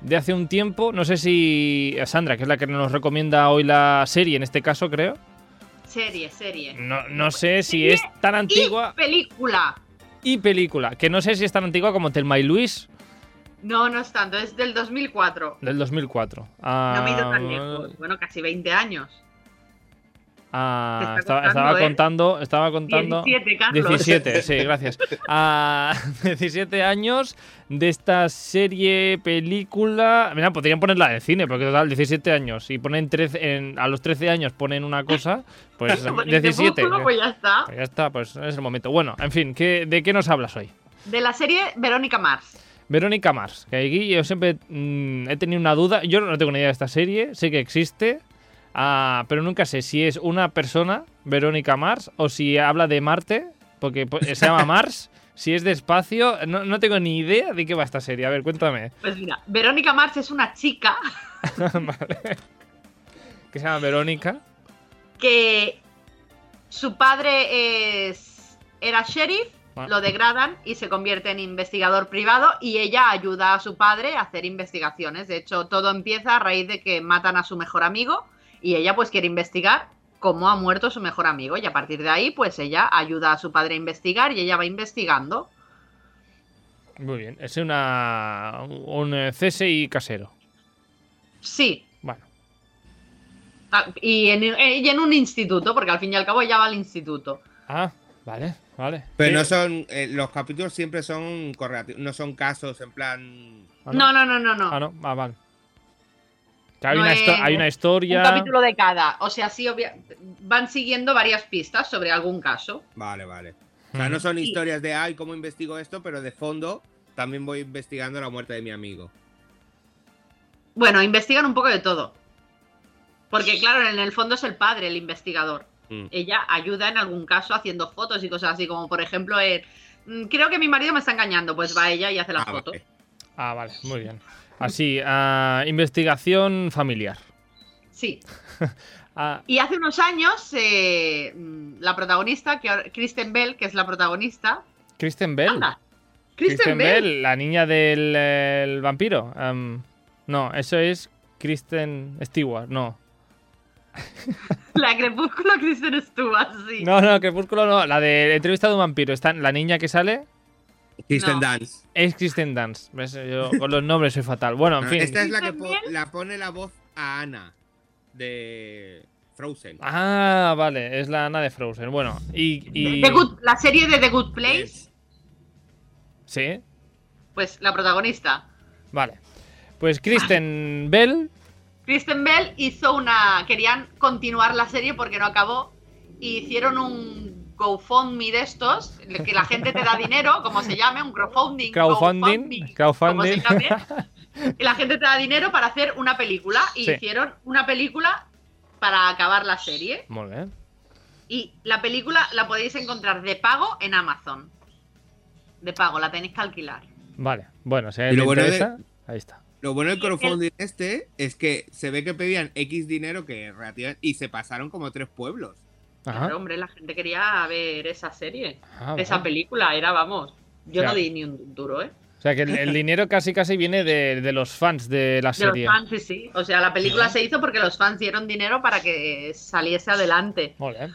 S1: de hace un tiempo. No sé si eh, Sandra, que es la que nos recomienda hoy la serie, en este caso creo,
S3: Serie, serie.
S1: no, no sé si es tan Mm, antigua
S3: Y película.
S1: y película, que no sé si es tan antigua como Telma y Luis.
S3: No, no es tanto, es del 2004.
S1: Del 2004.
S3: No me he ido
S1: Ah,
S3: tan lejos. Bueno, casi 20 años.
S1: ah,
S3: Te está
S1: estaba,
S3: costando,
S1: estaba
S3: ¿eh?
S1: contando, estaba contando.
S3: 17, Carlos.
S1: 17, sí, gracias. Ah, 17 años de esta serie, película. Mira, podrían ponerla en cine, porque total, 17 años. Si ponen 13, en- a los 13 años ponen una cosa, pues
S3: Bueno, y
S1: 17.
S3: Crepúsculo, Pues ya está.
S1: Pues ya está, pues es el momento. Bueno, en fin, ¿qué, ¿de qué nos hablas hoy?
S3: De la serie Verónica Mars.
S1: Verónica Mars, que aquí yo siempre mm, he tenido una duda, yo no tengo ni idea de esta serie, sé que existe, ah, pero nunca sé si es una persona, Verónica Mars, o si habla de Marte, porque po- se llama Mars, si es de espacio, no, no tengo ni idea de qué va esta serie, a ver, cuéntame,
S3: Pues mira, Verónica Mars es una chica
S1: que se llama Verónica,
S3: que su padre es, era sheriff
S1: Bueno.
S3: lo degradan y se convierte en investigador privado y ella ayuda a su padre a hacer investigaciones. De hecho, todo empieza a raíz de que matan a su mejor amigo y ella pues quiere investigar cómo ha muerto su mejor amigo y a partir de ahí pues ella ayuda a su padre a investigar y ella va investigando.
S1: Muy bien. Es una, un eh, CSI casero.
S3: Sí,
S1: Bueno,
S3: Ah, Y en, eh, y en un instituto, porque al fin y al cabo ella va al instituto.
S1: ah, vale, vale.
S2: Pero
S1: Sí.
S2: no son. eh, los capítulos siempre son correlativos, no son casos en plan.
S1: Ah,
S3: No, no, no, no, no.
S1: Ah, no, ah, vale. Que hay,
S3: No
S1: una histo-
S3: es
S1: hay una
S3: Un
S1: historia.
S3: capítulo de cada. O sea, sí, obvia- van siguiendo varias pistas sobre algún caso.
S2: Vale, vale. O sea, no son
S3: Y-
S2: historias de ay, cómo investigo esto, pero de fondo también voy investigando la muerte de mi amigo.
S3: Bueno, investigan un poco de todo. Porque, claro, en el fondo es el padre, el investigador.
S2: Mm.
S3: Ella ayuda en algún caso haciendo fotos y cosas así, como por ejemplo, eh, "Mm, creo que mi marido me está engañando. Pues va ella y hace las
S2: Ah,
S3: fotos.
S2: vale.
S1: Ah, vale, muy bien. Así, ah, investigación familiar.
S3: Sí.
S1: Ah,
S3: Y hace unos años, eh, mm, la protagonista, que ahora- Kristen Bell, que es la protagonista.
S1: Kristen Bell.
S2: Ah,
S3: ¡Anda!
S1: Kristen
S3: Kristen Bell.
S1: la niña del eh, el vampiro. Em, no, eso es Kristen Stewart, no.
S3: La Crepúsculo Kristen Stewart, sí.
S1: No, no, Crepúsculo no. La de entrevista de un vampiro. Está, la niña que sale
S2: Kristen
S3: No.
S2: Dance.
S1: es Kristen Dance. ¿Ves? Yo con los nombres soy fatal. Bueno, en
S2: Ah,
S1: fin.
S2: Esta es la que
S3: Kristen
S2: po- la pone la voz a Ana de Frozen.
S1: Ah, vale, es la Ana de Frozen. Bueno, y. y-
S3: The Good- la serie de The Good Place,
S2: Es-
S1: Sí,
S3: pues la protagonista.
S1: vale. Pues Kristen Bell.
S3: Kristen Bell hizo una. Querían continuar la serie porque no acabó. Y hicieron un GoFundMe de estos, que la gente te da dinero, como se llame, un crowdfunding.
S1: Crowdfunding.
S3: como
S1: Crowdfunding.
S3: se llame, y la gente te da dinero para hacer una película. Y
S1: Sí.
S3: hicieron una película para acabar la serie.
S1: Muy bien.
S3: Y la película la podéis encontrar de pago en Amazon. De pago, la tenéis que alquilar.
S1: Vale. Bueno, si a
S2: Y
S1: él
S2: lo
S1: le
S2: bueno de-
S1: interesa, ahí está.
S2: Lo bueno del crowdfunding este es que se ve que pedían X dinero que relativa- y se pasaron como tres pueblos.
S1: Ajá.
S3: Claro, hombre, la gente quería ver esa serie.
S1: Ah,
S3: esa
S1: vale.
S3: película era, vamos. Yo
S1: Claro.
S3: no di ni un duro, ¿eh?
S1: O sea que el, el dinero casi casi viene de, de los fans de la
S3: De
S1: serie.
S3: los fans, sí, sí. O sea, la película se hizo porque los fans dieron dinero para que saliese adelante.
S1: Muy bien.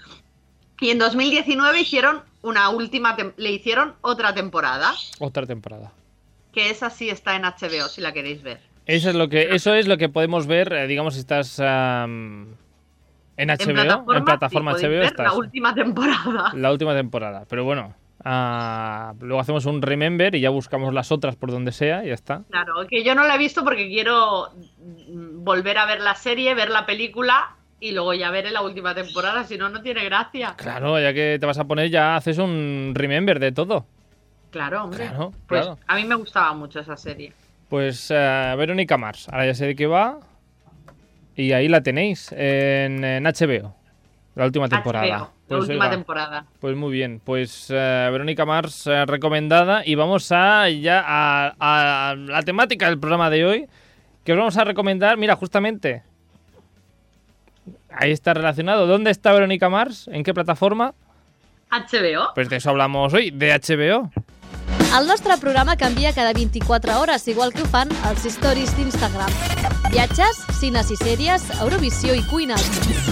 S3: Y en 2019 hicieron una última, tem- le hicieron otra temporada,
S1: Otra temporada.
S3: que esa sí está en HBO si la queréis ver.
S1: Eso es lo que, eso es lo que podemos ver, eh, digamos, si estás am, en HBO, en plataforma,
S3: sí, podéis
S1: HBO,
S3: ver
S1: estás
S3: la última temporada.
S1: la última temporada. Pero bueno, ah, luego hacemos un remember y ya buscamos las otras por donde sea y ya está.
S3: Claro, que yo no la he visto porque quiero mm, volver a ver la serie, ver la película y luego ya veré la última temporada, si no, no tiene gracia.
S1: Claro, ya que te vas a poner, ya haces un remember de todo.
S3: Claro, hombre.
S1: Claro,
S3: pues
S1: claro.
S3: a mí me gustaba mucho esa serie.
S1: Pues eh, Verónica Mars, ahora ya sé de qué va. Y ahí la tenéis, en, en HBO, la última temporada.
S3: HBO, la
S1: Pues,
S3: última
S1: oiga,
S3: temporada.
S1: Pues muy bien, pues eh, Verónica Mars eh, recomendada y vamos a ya a, a la temática del programa de hoy que os vamos a recomendar, mira, justamente ahí está relacionado. ¿Dónde está Verónica Mars? ¿En qué plataforma?
S3: HBO.
S1: Pues de eso hablamos hoy, de HBO.
S4: El nostre programa canvia cada 24 hores, igual que ho fan els stories d'Instagram. Viatges, cines i sèries, Eurovisió i cuina.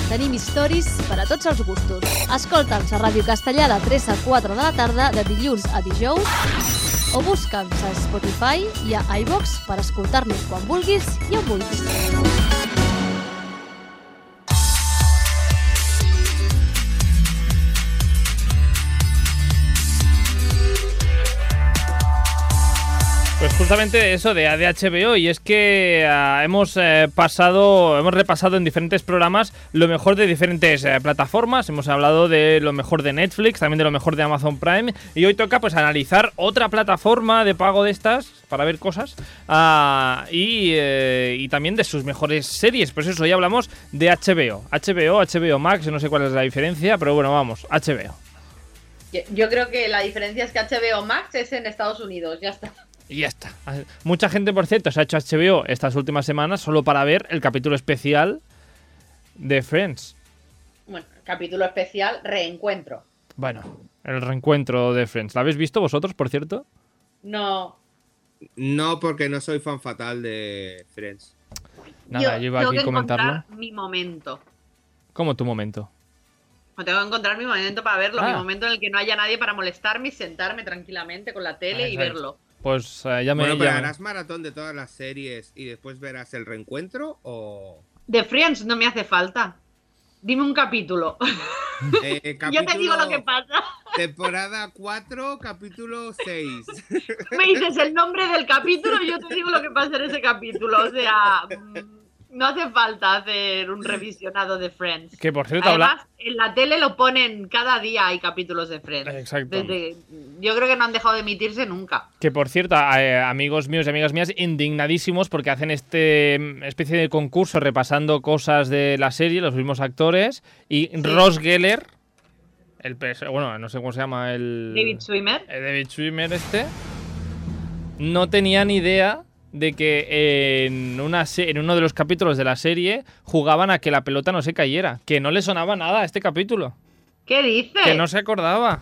S4: Tenim stories per a tots els gustos. Escolta'ns a Ràdio Castellà de 3 a 4 de la tarda, de dilluns a dijous, o busca'ns a Spotify i a iVox per escoltar-nos quan vulguis i on vulguis.
S1: Pues justamente de eso, de, de HBO, y es que ah, hemos eh, pasado, hemos repasado en diferentes programas lo mejor de diferentes eh, plataformas, hemos hablado de lo mejor de Netflix, también de lo mejor de Amazon Prime, y hoy toca pues analizar otra plataforma de pago de estas para ver cosas, ah, y, eh, y también de sus mejores series, pues eso, hoy hablamos de HBO, HBO, HBO Max, no sé cuál es la diferencia, pero bueno, vamos, HBO.
S3: Yo- Yo creo que la diferencia es que HBO Max es en Estados Unidos, ya está.
S1: Y ya está. Ah, Mucha gente, por cierto, se ha hecho HBO estas últimas semanas solo para ver el capítulo especial de Friends.
S3: Bueno, capítulo especial, reencuentro.
S1: Bueno, El reencuentro de Friends. ¿La habéis visto vosotros, por cierto?
S3: No.
S2: No, porque no soy fan fatal de Friends.
S1: Nada, yo, iba
S3: tengo
S1: aquí
S3: que
S1: a comentarlo.
S3: encontrar mi momento.
S1: ¿Cómo tu momento?
S3: O tengo que encontrar mi momento para verlo, mi
S1: Ah.
S3: momento en el que no haya nadie para molestarme y sentarme tranquilamente con la tele
S1: Ah,
S3: y
S1: exacto.
S3: verlo.
S1: Pues eh, ya me.
S2: Bueno,
S1: ya
S2: pero
S1: me-
S2: harás maratón de todas las series y después verás el reencuentro o.
S3: De Friends no me hace falta. Dime un capítulo.
S2: Eh,
S3: Yo te digo
S2: capítulo-
S3: lo que pasa.
S2: Temporada 4, capítulo 6.
S3: Me dices el nombre del capítulo y yo te digo lo que pasa en ese capítulo. O sea, mm, no hace falta hacer un revisionado de Friends.
S1: Que por cierto, habla-
S3: Además, en la tele lo ponen cada día hay capítulos de Friends.
S1: Exacto.
S3: Desde- yo creo que no han dejado de emitirse nunca.
S1: Que por cierto, a- eh, amigos míos y amigas mías, indignadísimos porque hacen este mm, especie de concurso repasando cosas de la serie, los mismos actores, y Ross Geller, el pers- bueno, no sé cómo se llama el
S3: David Swimmer.
S1: eh, David Schwimmer este, no tenía ni idea de que en, una se- en uno de los capítulos de la serie jugaban a que la pelota no se cayera, que no le sonaba nada a este capítulo,
S3: ¿Qué dices?
S1: que no se acordaba.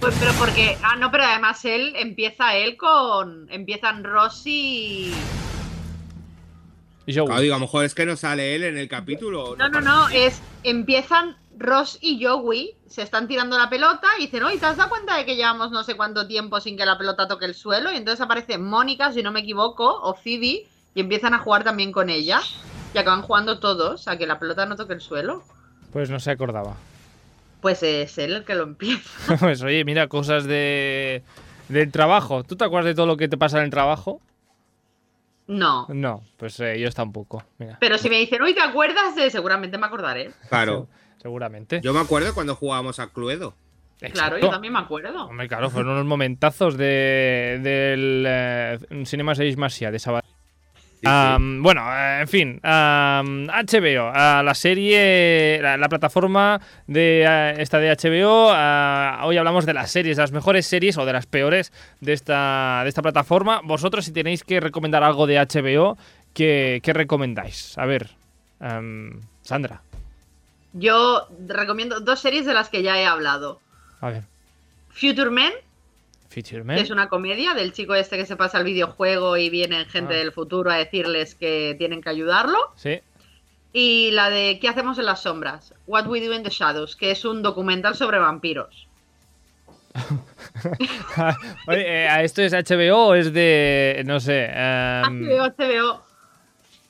S3: Pues pero porque. Ah, no, pero además él empieza él con. Empiezan Rossi.
S1: Y yo,
S2: Claro, digo, a lo mejor es que no sale él en el capítulo.
S3: No, no, no. Es. Empiezan Ross y Joey. Se están tirando la pelota y dicen, oye, ¿te has dado cuenta de que llevamos no sé cuánto tiempo sin que la pelota toque el suelo? Y entonces aparece Mónica, si no me equivoco, o Phoebe, y empiezan a jugar también con ella. Y acaban jugando todos a que la pelota no toque el suelo.
S1: pues no se acordaba.
S3: Pues es él el que lo empieza.
S1: Pues oye, mira, cosas de del trabajo. ¿Tú te acuerdas de todo lo que te pasa en el trabajo?
S3: No.
S1: No, pues eh, ellos tampoco. Mira,
S3: Pero si me dicen, uy, ¿te acuerdas de? Seguramente me acordaré.
S2: Claro.
S1: seguramente.
S2: Yo me acuerdo cuando jugábamos a Cluedo.
S3: Claro, yo
S1: Exacto.
S3: también me acuerdo.
S1: Hombre, claro, fueron unos momentazos de, del eh, Cinema 6 Masia de Sabadell.
S2: Sí, sí.
S1: Am, bueno, eh, en fin, am, HBO, ah, la serie, la, la plataforma de eh, esta de HBO. ah, hoy hablamos de las series, las mejores series o de las peores de esta, de esta plataforma. Vosotros, si tenéis que recomendar algo de HBO, ¿qué, qué recomendáis? A ver, am, Sandra,
S3: Yo recomiendo dos series de las que ya he hablado.
S1: a ver,
S3: Future Men,
S1: Future
S3: que es una comedia del chico este que se pasa al videojuego y vienen gente
S1: Ah.
S3: del futuro a decirles que tienen que ayudarlo.
S1: Sí,
S3: Y la de ¿Qué hacemos en las sombras? What We Do in the Shadows, que es un documental sobre vampiros.
S1: Oye, eh, ¿esto es HBO o es de, no sé, am,
S3: HBO, HBO,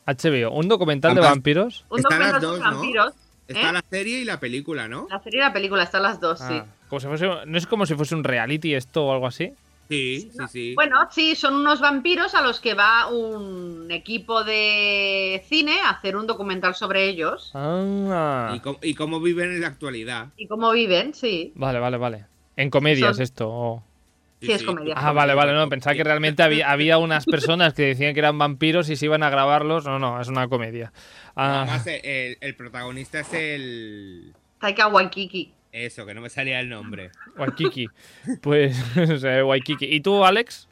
S1: HBO, un documental de
S2: Fantas-
S1: vampiros?
S3: un
S2: Están
S3: documental
S2: las
S3: sobre
S2: dos, ¿no?
S3: vampiros.
S2: Está
S3: ¿eh? Ah,
S2: la serie y la película, ¿no?
S3: La serie y la película están las dos, sí.
S1: Ah, como si fuese, ¿No es como si fuese un reality esto o algo así?
S2: Sí, sí, sí.
S3: Bueno, sí, son unos vampiros a los que va un equipo de cine a hacer un documental sobre ellos
S1: Ah,
S2: ¿Y, cómo, y cómo viven en la actualidad.
S3: y cómo viven, sí.
S1: vale, vale, vale. En comedias
S3: Son-
S1: esto. o-
S3: Sí, es comedia.
S1: Ah, vale, vale, no, pensaba que realmente había, había unas personas que decían que eran vampiros y se iban a grabarlos. No, no, es una comedia. Ah,
S2: Además, eh, el, el protagonista es el.
S3: Taika Waikiki.
S2: Eso, que no me salía el nombre.
S1: Waikiki. Pues, o sea, Waikiki. ¿Y tú, Alex?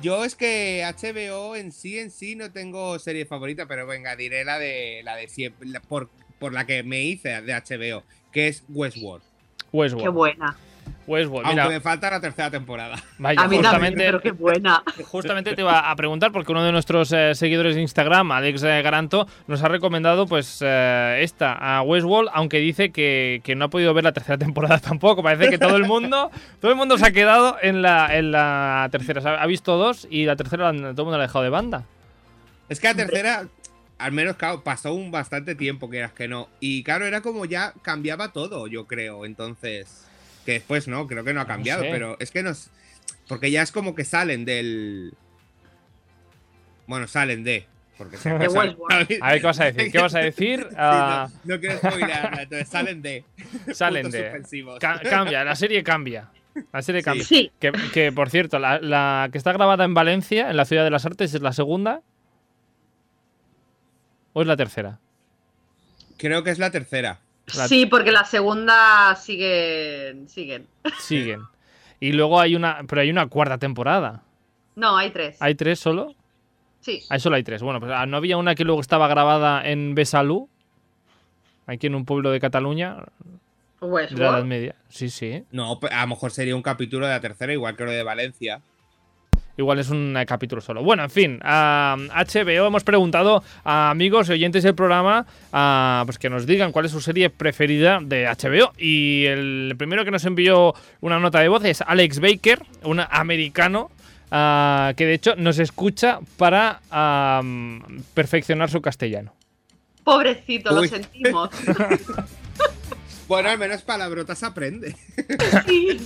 S2: Yo es que HBO en sí, en sí, no tengo serie favorita, pero venga, diré la de, la de siempre, la- por, por la que me hice de HBO, que es Westworld.
S3: Qué
S1: Westworld.
S3: buena.
S1: Westworld,
S2: Aunque
S1: mira,
S2: me falta la tercera temporada.
S1: vaya,
S3: A mí también,
S1: justamente,
S3: pero qué buena.
S1: Justamente te iba a preguntar porque uno de nuestros eh, seguidores de Instagram, Alex eh, Garanto, nos ha recomendado pues eh, esta, a Westworld, aunque dice que, que no ha podido ver la tercera temporada tampoco. Parece que todo el mundo, todo el mundo se ha quedado en la, en la tercera. O sea, ha visto dos y la tercera la- todo el mundo la ha dejado de banda.
S2: Es que la tercera, al menos claro, pasó un bastante tiempo, quieras que no. Y claro, era como ya cambiaba todo, yo creo. Entonces, que después no, creo que no ha
S1: No
S2: cambiado,
S1: sé.
S2: pero es que nos. Porque ya es como que salen del. Bueno, salen de. Porque se
S3: De Westworld.
S1: A ver, ¿qué vas a decir? ¿Qué vas a decir?
S2: Sí,
S1: Ah,
S2: no, no quiero spoilearla, entonces salen de.
S1: salen
S2: puntos
S1: de...
S2: suspensivos.
S1: Ca- cambia, la serie cambia. La serie cambia.
S3: Sí,
S1: Que, que, por cierto, la, la que está grabada en Valencia, en la Ciudad de las Artes, es la segunda. ¿O es la tercera?
S2: Creo que es la tercera.
S1: La-
S3: sí, porque la segunda siguen. siguen.
S1: Siguen. Y luego hay una. Pero hay una cuarta temporada.
S3: No, hay tres.
S1: ¿Hay tres solo?
S3: Sí.
S1: Ah, solo hay tres. Bueno, pues ah, no había una que luego estaba grabada en Besalú. Aquí en un pueblo de Cataluña.
S3: Pues,
S1: De la Edad Media. Sí, sí.
S2: No, pe- a lo mejor sería un capítulo de la tercera, igual que lo de Valencia.
S1: Igual es un eh, capítulo solo. Bueno, en fin, a HBO hemos preguntado a amigos y oyentes del programa ah, pues que nos digan cuál es su serie preferida de HBO. Y el primero que nos envió una nota de voz es Alex Baker, un americano. ah, que de hecho nos escucha para ah, perfeccionar su castellano.
S3: Pobrecito,
S2: Uy.
S3: lo sentimos.
S2: Bueno, al menos palabrotas aprende.
S3: Sí.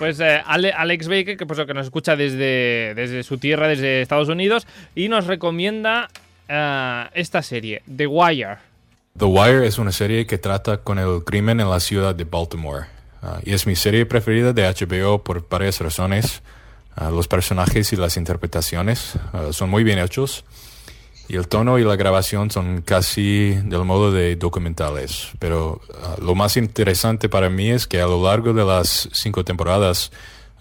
S1: Pues eh, Ale- Alex Baker, que, pues, lo que nos escucha desde, desde su tierra, desde Estados Unidos, y nos recomienda ah, esta serie, The Wire.
S5: The Wire es una serie que trata con el crimen en la ciudad de Baltimore ah, y es mi serie preferida de HBO por varias razones. Ah, los personajes y las interpretaciones ah, son muy bien hechos y el tono y la grabación son casi del modo de documentales. Pero ah, lo más interesante para mí es que a lo largo de las cinco temporadas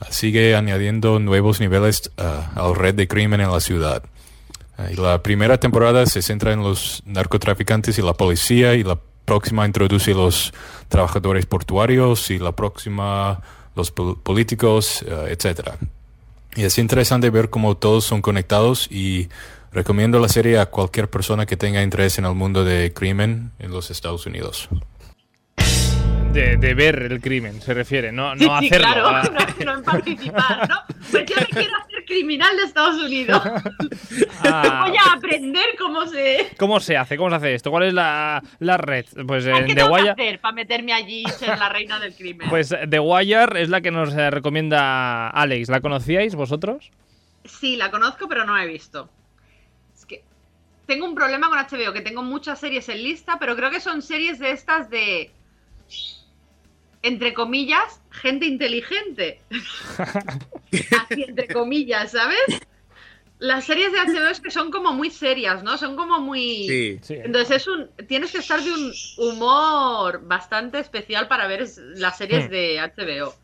S5: ah, sigue añadiendo nuevos niveles ah, al red de crimen en la ciudad. Eh, y La primera temporada se centra en los narcotraficantes y la policía y la próxima introduce los trabajadores portuarios y la próxima los pol- políticos, eh, etcétera. Y es interesante ver cómo todos son conectados y recomiendo la serie a cualquier persona que tenga interés en el mundo de crimen en los Estados Unidos.
S1: De, de ver el crimen, se refiere, no, no
S3: Sí, sí,
S1: hacerlo.
S3: claro,
S1: ah.
S3: no, no en participar, ¿no? Pues yo me quiero hacer criminal de Estados Unidos.
S1: Ah,
S3: Voy a aprender cómo se...
S1: ¿Cómo se hace? ¿Cómo se hace esto? ¿Cuál es la, la red? Pues
S3: Ah,
S1: en
S3: ¿Qué
S1: The
S3: tengo que
S1: Wire.
S3: hacer para meterme allí y ser la reina del crimen?
S1: Pues eh, The Wire es la que nos eh, recomienda Alex. ¿La conocíais vosotros?
S3: Sí, la conozco, pero no la he visto. Es que tengo un problema con HBO, que tengo muchas series en lista, pero creo que son series de estas de. Entre comillas, gente inteligente. Así, entre comillas, ¿sabes? Las series de HBO es que son como muy serias, ¿no? Son como muy.
S2: Sí.
S1: Sí.
S3: Entonces es un. Tienes que estar de un humor bastante especial para ver es- las series
S1: Hmm.
S3: de HBO.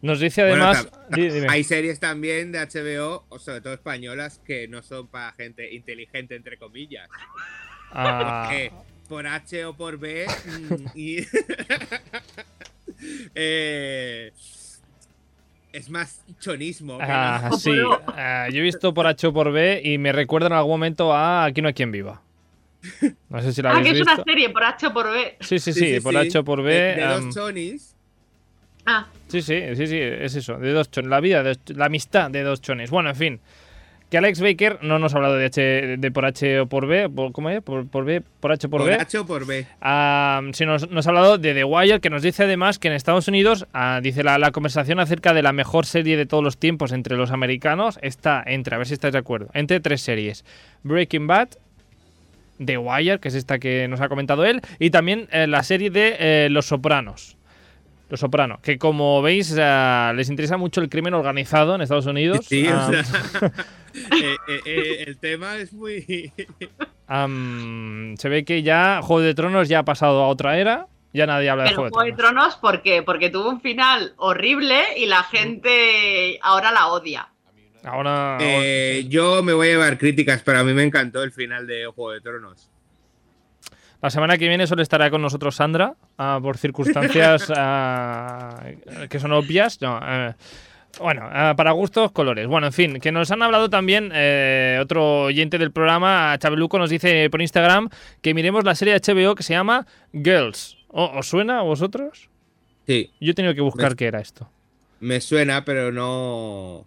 S1: Nos dice
S2: Bueno,
S1: además.
S2: tam- tam-
S1: di- dime.
S2: hay series también de HBO, o sobre todo españolas, que no son para gente inteligente, entre comillas.
S1: Ah,
S2: Eh, por H o por B. mm, y- Eh, es más chonismo. que
S1: ah,
S2: no-
S3: o
S1: sí.
S3: por O.
S1: Ah, yo he visto por H o por B y me recuerda en algún momento a Aquí no hay quien viva. No sé si la
S3: Ah, que
S1: habéis
S3: es
S1: visto.
S3: una serie por H o por B.
S1: Sí, sí, sí, por H o por B.
S2: De, de
S1: am,
S2: dos chonis.
S3: Ah.
S1: Sí, sí, sí, sí, es eso. De dos chones. La vida, de dos- la amistad de dos chones. Bueno, en fin. Que Alex Baker no nos ha hablado de, H, de por H o por B. por- ¿Cómo es? Por, por B, por H o por,
S2: Por
S1: B.
S2: H o por B.
S1: Ah, sí, nos, nos ha hablado de The Wire, que nos dice además que en Estados Unidos, ah, dice la, la conversación acerca de la mejor serie de todos los tiempos entre los americanos, está entre, a ver si estáis de acuerdo, entre tres series. Breaking Bad, The Wire, que es esta que nos ha comentado él, y también eh, la serie de eh, Los Sopranos. Los Sopranos, que como veis ah, les interesa mucho el crimen organizado en Estados Unidos.
S2: Sí, o
S1: Ah,
S2: sea, eh, eh, eh, el tema es muy.
S1: am, se ve que ya Juego de Tronos ya ha pasado a otra era. Ya nadie habla de
S3: Pero
S1: Juego de
S3: Juego de
S1: Tronos.
S3: Tronos, ¿por qué? Porque tuvo un final horrible y la gente ahora la odia.
S1: Ahora.
S2: Eh, yo me voy a llevar críticas, pero a mí me encantó el final de Juego de Tronos.
S1: La semana que viene solo estará con nosotros Sandra, ah, por circunstancias ah, que son obvias. No, eh, bueno, ah, para gustos, colores. Bueno, en fin, que nos han hablado también eh, otro oyente del programa, Chabeluco, nos dice por Instagram que miremos la serie de HBO que se llama Girls. ¿O- ¿Os suena a vosotros?
S2: Sí,
S1: Yo he tenido que buscar
S2: Me-
S1: qué era esto.
S2: me suena, pero no.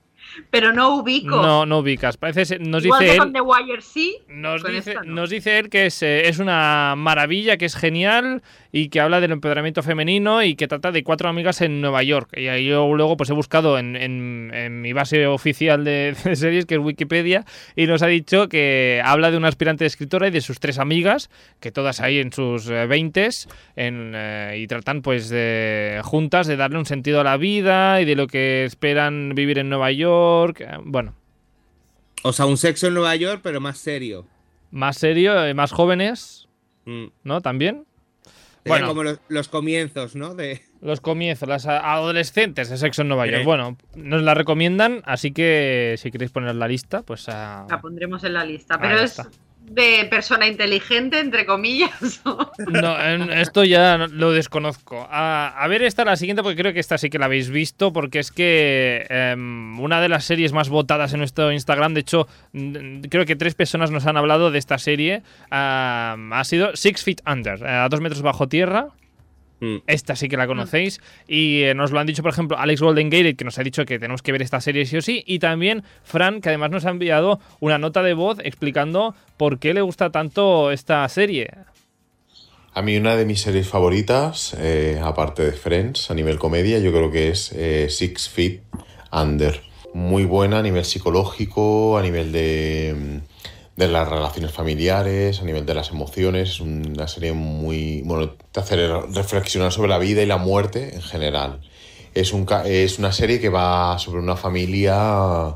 S3: Pero no ubico.
S1: No, no ubicas. Parece ser- nos
S3: Igual
S1: dice
S3: que
S1: él.
S3: con The Wire sí.
S1: Nos
S3: con
S1: dice,
S3: esta no.
S1: nos dice él que es, eh, es una maravilla, que es genial y que habla del empoderamiento femenino y que trata de cuatro amigas en Nueva York. Y ahí yo luego pues he buscado en, en- en mi base oficial de, de series, que es Wikipedia, y nos ha dicho que habla de una aspirante escritora y de sus tres amigas, que todas ahí en sus eh, veintes, y tratan pues de- juntas de darle un sentido a la vida y de lo que esperan vivir en Nueva York. Eh, Bueno,
S2: O sea, un sexo en Nueva York, pero más serio.
S1: más serio, eh, más jóvenes.
S2: Mm.
S1: ¿no? También.
S2: Sería
S1: Bueno.
S2: como los, los comienzos, ¿no? De...
S1: Los comienzos, las a- adolescentes de sexo en Nueva York.
S2: Sí.
S1: Bueno, nos la recomiendan, así que si queréis poner la lista, pues a...
S3: La pondremos en la lista.
S1: Ahí
S3: Pero es
S1: está.
S3: de persona inteligente, entre comillas.
S1: No, en- esto ya no- lo desconozco. A, a ver, esta la siguiente, porque creo que esta sí que la habéis visto, porque es que em, una de las series más votadas en nuestro Instagram, de hecho, mm, creo que tres personas nos han hablado de esta serie, am, ha sido Six Feet Under, eh, a dos metros bajo tierra.
S2: Mm.
S1: Esta sí que la conocéis. Y eh, nos lo han dicho, por ejemplo, Alex Golden Gate, que nos ha dicho que tenemos que ver esta serie sí o sí. Y también Fran, que además nos ha enviado una nota de voz explicando por qué le gusta tanto esta serie.
S6: A mí una de mis series favoritas, eh, aparte de Friends, a nivel comedia, yo creo que es eh, Six Feet Under. Muy buena a nivel psicológico, a nivel de, mm, de las relaciones familiares, a nivel de las emociones. Es una serie muy... Bueno, te hace reflexionar sobre la vida y la muerte en general. Es, un, ca- es una serie que va sobre una familia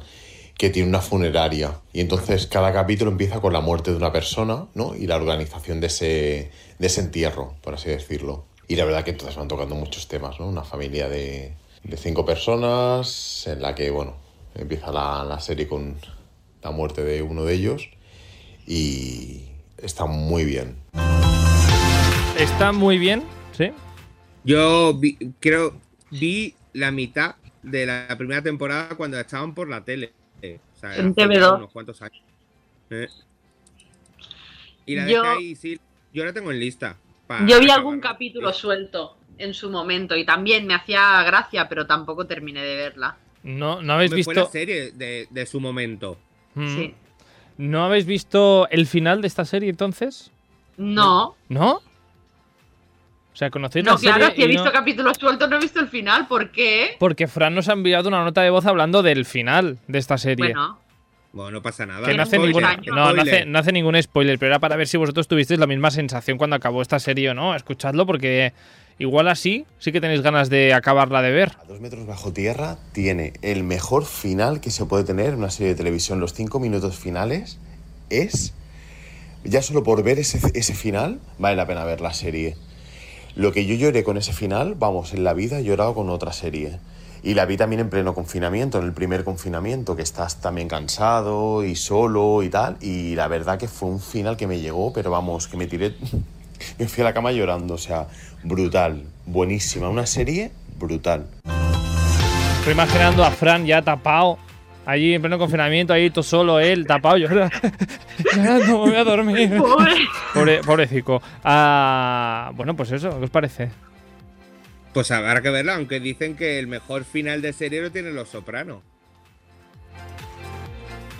S6: que tiene una funeraria. Y entonces cada capítulo empieza con la muerte de una persona, ¿no? Y la organización de ese, de ese entierro, por así decirlo. Y la verdad que entonces van tocando muchos temas, ¿no? Una familia de, de cinco personas, en la que, bueno, empieza la, la serie con la muerte de uno de ellos. Y está muy bien.
S1: Está muy bien, ¿sí?
S2: Yo vi- creo, vi la mitad de la primera temporada cuando estaban por la tele. O sea,
S3: En
S2: hace ya
S3: TV2.
S2: unos cuantos años. Eh. Y la
S3: Yo-
S2: dejé ahí, sí. Yo la tengo en lista. pa-
S3: Yo vi
S2: acabarla.
S3: algún capítulo suelto en su momento y también me hacía gracia, pero tampoco terminé de verla.
S1: No, no habéis
S2: Me Fue la
S1: visto.
S2: serie de, de su momento.
S1: Mm.
S3: Sí.
S1: ¿No habéis visto el final de esta serie entonces?
S3: No,
S1: ¿No? O sea, conocéis
S3: no,
S1: la serie.
S3: claro, si he
S1: y no-
S3: visto capítulos sueltos, no he visto el final, ¿por qué?
S1: Porque Fran nos ha enviado una nota de voz hablando del final de esta serie.
S3: Bueno,
S2: Bueno, no pasa nada.
S1: que no hace,
S3: Tiene
S1: ningún,
S3: ninguna-
S2: Spoiler,
S3: muchos años.
S1: no, no, hace,
S2: spoiler.
S1: no hace ningún spoiler, pero era para ver si vosotros tuvisteis la misma sensación cuando acabó esta serie o no. Escuchadlo porque igual así sí que tenéis ganas de acabarla de ver.
S6: A dos metros bajo tierra tiene el mejor final que se puede tener en una serie de televisión. Los cinco minutos finales es. Ya solo por ver ese, ese final, vale la pena ver la serie. Lo que yo lloré con ese final, vamos, en la vida he llorado con otra serie. Y la vi también en pleno confinamiento, en el primer confinamiento, que estás también cansado y solo y tal. Y la verdad que fue un final que me llegó, pero vamos, que me tiré. Me fui a la cama llorando, o sea, brutal, buenísima, una serie brutal.
S1: Estoy imaginando a Fran ya tapado. Allí en pleno confinamiento, ahí tú solo, él, tapado, llorando. llorando, me voy a dormir.
S3: pobre.
S1: Pobre, pobrecico. Ah, bueno, pues eso, ¿qué os parece?
S2: Pues habrá que verla, aunque dicen que el mejor final de serie lo tienen los sopranos.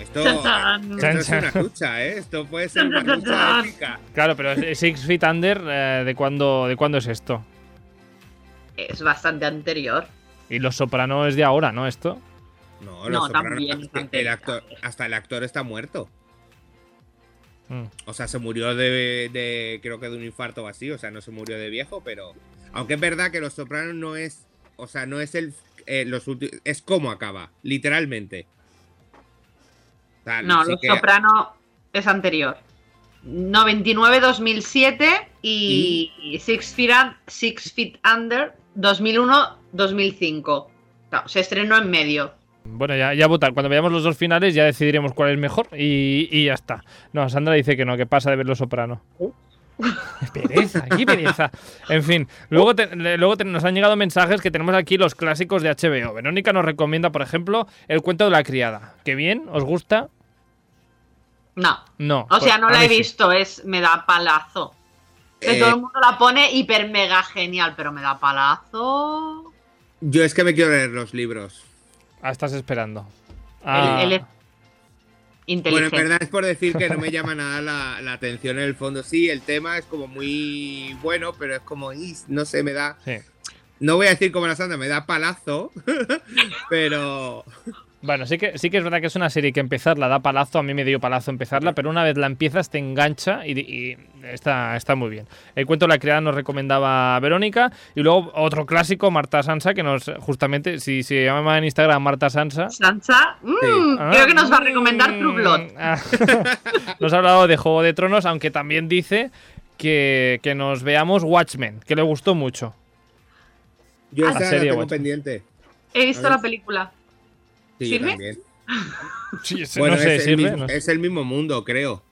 S2: Esto,
S3: Chan, chan.
S2: esto
S1: Chan,
S2: es
S1: chan.
S2: una lucha, ¿eh? Esto puede ser una
S3: Chan, chan,
S2: lucha
S3: chan.
S2: épica.
S1: Claro, pero Six Feet Under, eh, ¿de, cuándo, ¿de cuándo es esto?
S3: Es bastante anterior.
S1: Y Los Soprano es de ahora, ¿no? Esto.
S2: No,
S3: No,
S2: los Soprano-
S3: también es
S2: el actor,
S3: anterior.
S2: hasta el actor está muerto.
S1: Mm.
S2: O sea, se murió de, de- creo que de un infarto o así, o sea, no se murió de viejo, pero aunque es verdad que Los Sopranos no es, o sea, no es el eh, los últimos, es como acaba, literalmente. O sea,
S3: No,
S2: sí
S3: Los
S2: que-
S3: Soprano es anterior. 99-2007 y, Six, Feet Un- Six Feet Under 2001-2005. Claro, se estrenó en medio.
S1: Bueno, ya, ya votar. Cuando veamos los dos finales ya decidiremos cuál es mejor y, y ya está. No, Sandra dice que no, que pasa de ver Los Soprano. Pereza, qué pereza. En fin, luego, te- le- luego te- nos han llegado mensajes que tenemos aquí los clásicos de HBO. Verónica nos recomienda, por ejemplo, El cuento de la criada. ¿Qué bien? ¿Os gusta?
S3: No.
S1: No.
S3: O sea, no
S1: Pues, a
S3: la he
S1: mí sí.
S3: visto, es me da palazo. Que
S2: Eh.
S3: todo el mundo la pone hiper mega genial, pero me da palazo.
S2: Yo es que me quiero leer los libros.
S1: Ah, estás esperando. Ah,
S3: El, el-
S2: Bueno,
S3: inteligente.
S2: en verdad es por decir que no me llama nada la, la atención en el fondo. Sí, el tema es como muy bueno, pero es como, "Ih, no sé, me da,
S1: sí.
S2: no voy a decir como la Sandra, me da palazo, pero...
S1: Bueno, sí que, sí que es verdad que es una serie que empezarla da palazo, a mí me dio palazo empezarla, pero una vez la empiezas te engancha y, y está, está muy bien. El cuento de la criada nos recomendaba Verónica y luego otro clásico, Marta Sansa, que nos justamente, si se llama en Instagram Marta Sansa...
S3: Sansa, mm,
S1: Ah,
S3: creo que nos va a recomendar
S1: mm,
S3: True Blood.
S1: ah. nos ha hablado de Juego de Tronos, aunque también dice que, que nos veamos Watchmen, que le gustó mucho.
S2: Yo
S1: Ah,
S2: esa la
S1: serie,
S2: tengo
S1: guacho.
S2: pendiente.
S3: He visto
S2: A ver. Ah,
S3: la película.
S2: Sí, yo
S3: ¿Sirve?
S2: también.
S1: Sí, ese-
S2: Bueno,
S1: no sé,
S2: es, el
S1: sirve,
S2: mismo,
S1: no sé.
S2: es el mismo mundo, creo.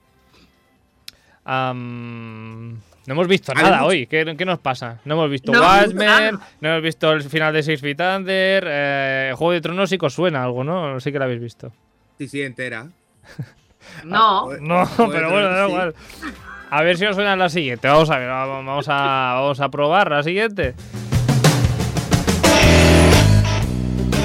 S1: Am, no hemos visto nada
S2: Además-
S1: hoy. ¿Qué, qué nos pasa? No hemos visto
S3: No hemos visto
S1: Watchmen,
S3: nada.
S1: no hemos visto el final de Six Feet Under. eh, Juego de Tronos sí que os suena algo, ¿no? Sí que lo habéis visto.
S2: Sí, sí, entera. Ah,
S3: No,
S1: No,
S2: Juego de
S1: pero bueno, da
S2: Tronos, sí.
S1: igual. A ver si os suena la siguiente. Vamos a ver, vamos vamos a, vamos a probar la siguiente.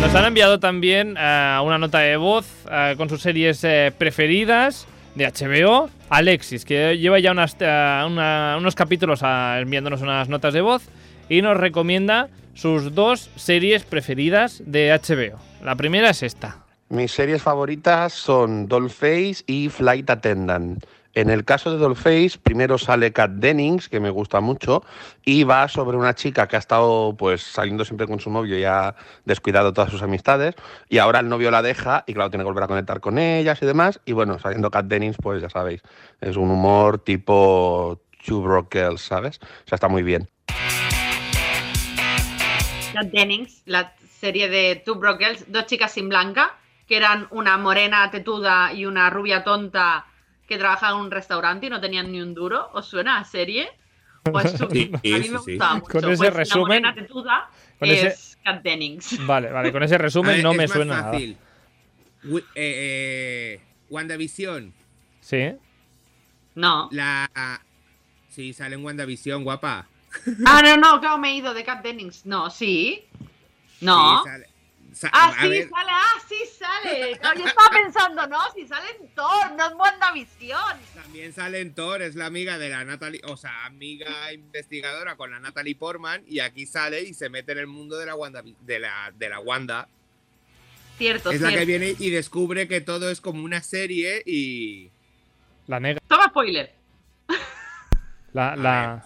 S1: Nos han enviado también eh, una nota de voz eh, con sus series eh, preferidas de HBO. Alexis, que lleva ya unas, eh, una- unos capítulos ah, enviándonos unas notas de voz y nos recomienda sus dos series preferidas de HBO. La primera es esta.
S7: Mis series favoritas son Dollface y Flight Attendant. En el caso de Dollface, primero sale Kat Dennings, que me gusta mucho, y va sobre una chica que ha estado pues saliendo siempre con su novio y ha descuidado todas sus amistades, y ahora el novio la deja y claro, tiene que volver a conectar con ellas y demás, y bueno, saliendo Kat Dennings, pues ya sabéis, es un humor tipo Two Broke Girls, ¿sabes? O sea, está muy bien.
S3: Kat Dennings, la serie de Two Broke Girls, dos chicas sin blanca, que eran una morena tetuda y una rubia tonta que trabajaban en un restaurante y no tenían ni un duro. ¿Os suena a serie? Pues tú-
S2: Sí, sí,
S3: a mí
S2: sí,
S3: me
S2: sí.
S3: gustaba mucho.
S1: Con
S3: Pues
S1: ese resumen-
S3: La morena tetuda
S1: con
S3: es
S1: ese-
S3: Kat Dennings.
S1: Vale, vale, con ese resumen
S2: A ver,
S1: no
S2: es
S1: me
S2: más
S1: suena nada.
S2: fácil. Wi- eh, eh, WandaVision.
S1: Sí.
S3: No.
S2: La. Sí, sale en WandaVision, guapa.
S3: Ah, no, no, claro, me he ido de Kat Dennings. No, sí. No.
S2: Sí, sale- sa-
S3: Ah,
S2: a
S3: sí,
S2: ver,
S3: sale, ah, sí, sale. Claro, yo estaba pensando, no, si sale en Thor, no en WandaVision.
S2: También sale en Thor, es la amiga de la Natalie, o sea, amiga investigadora con la Natalie Portman, y aquí sale y se mete en el mundo de la Wanda. De la, de la Wanda.
S3: Cierto,
S2: es la
S3: cierto.
S2: que viene y descubre que todo es como una serie y.
S1: La negra.
S3: Toma spoiler.
S1: La,
S2: A
S1: la,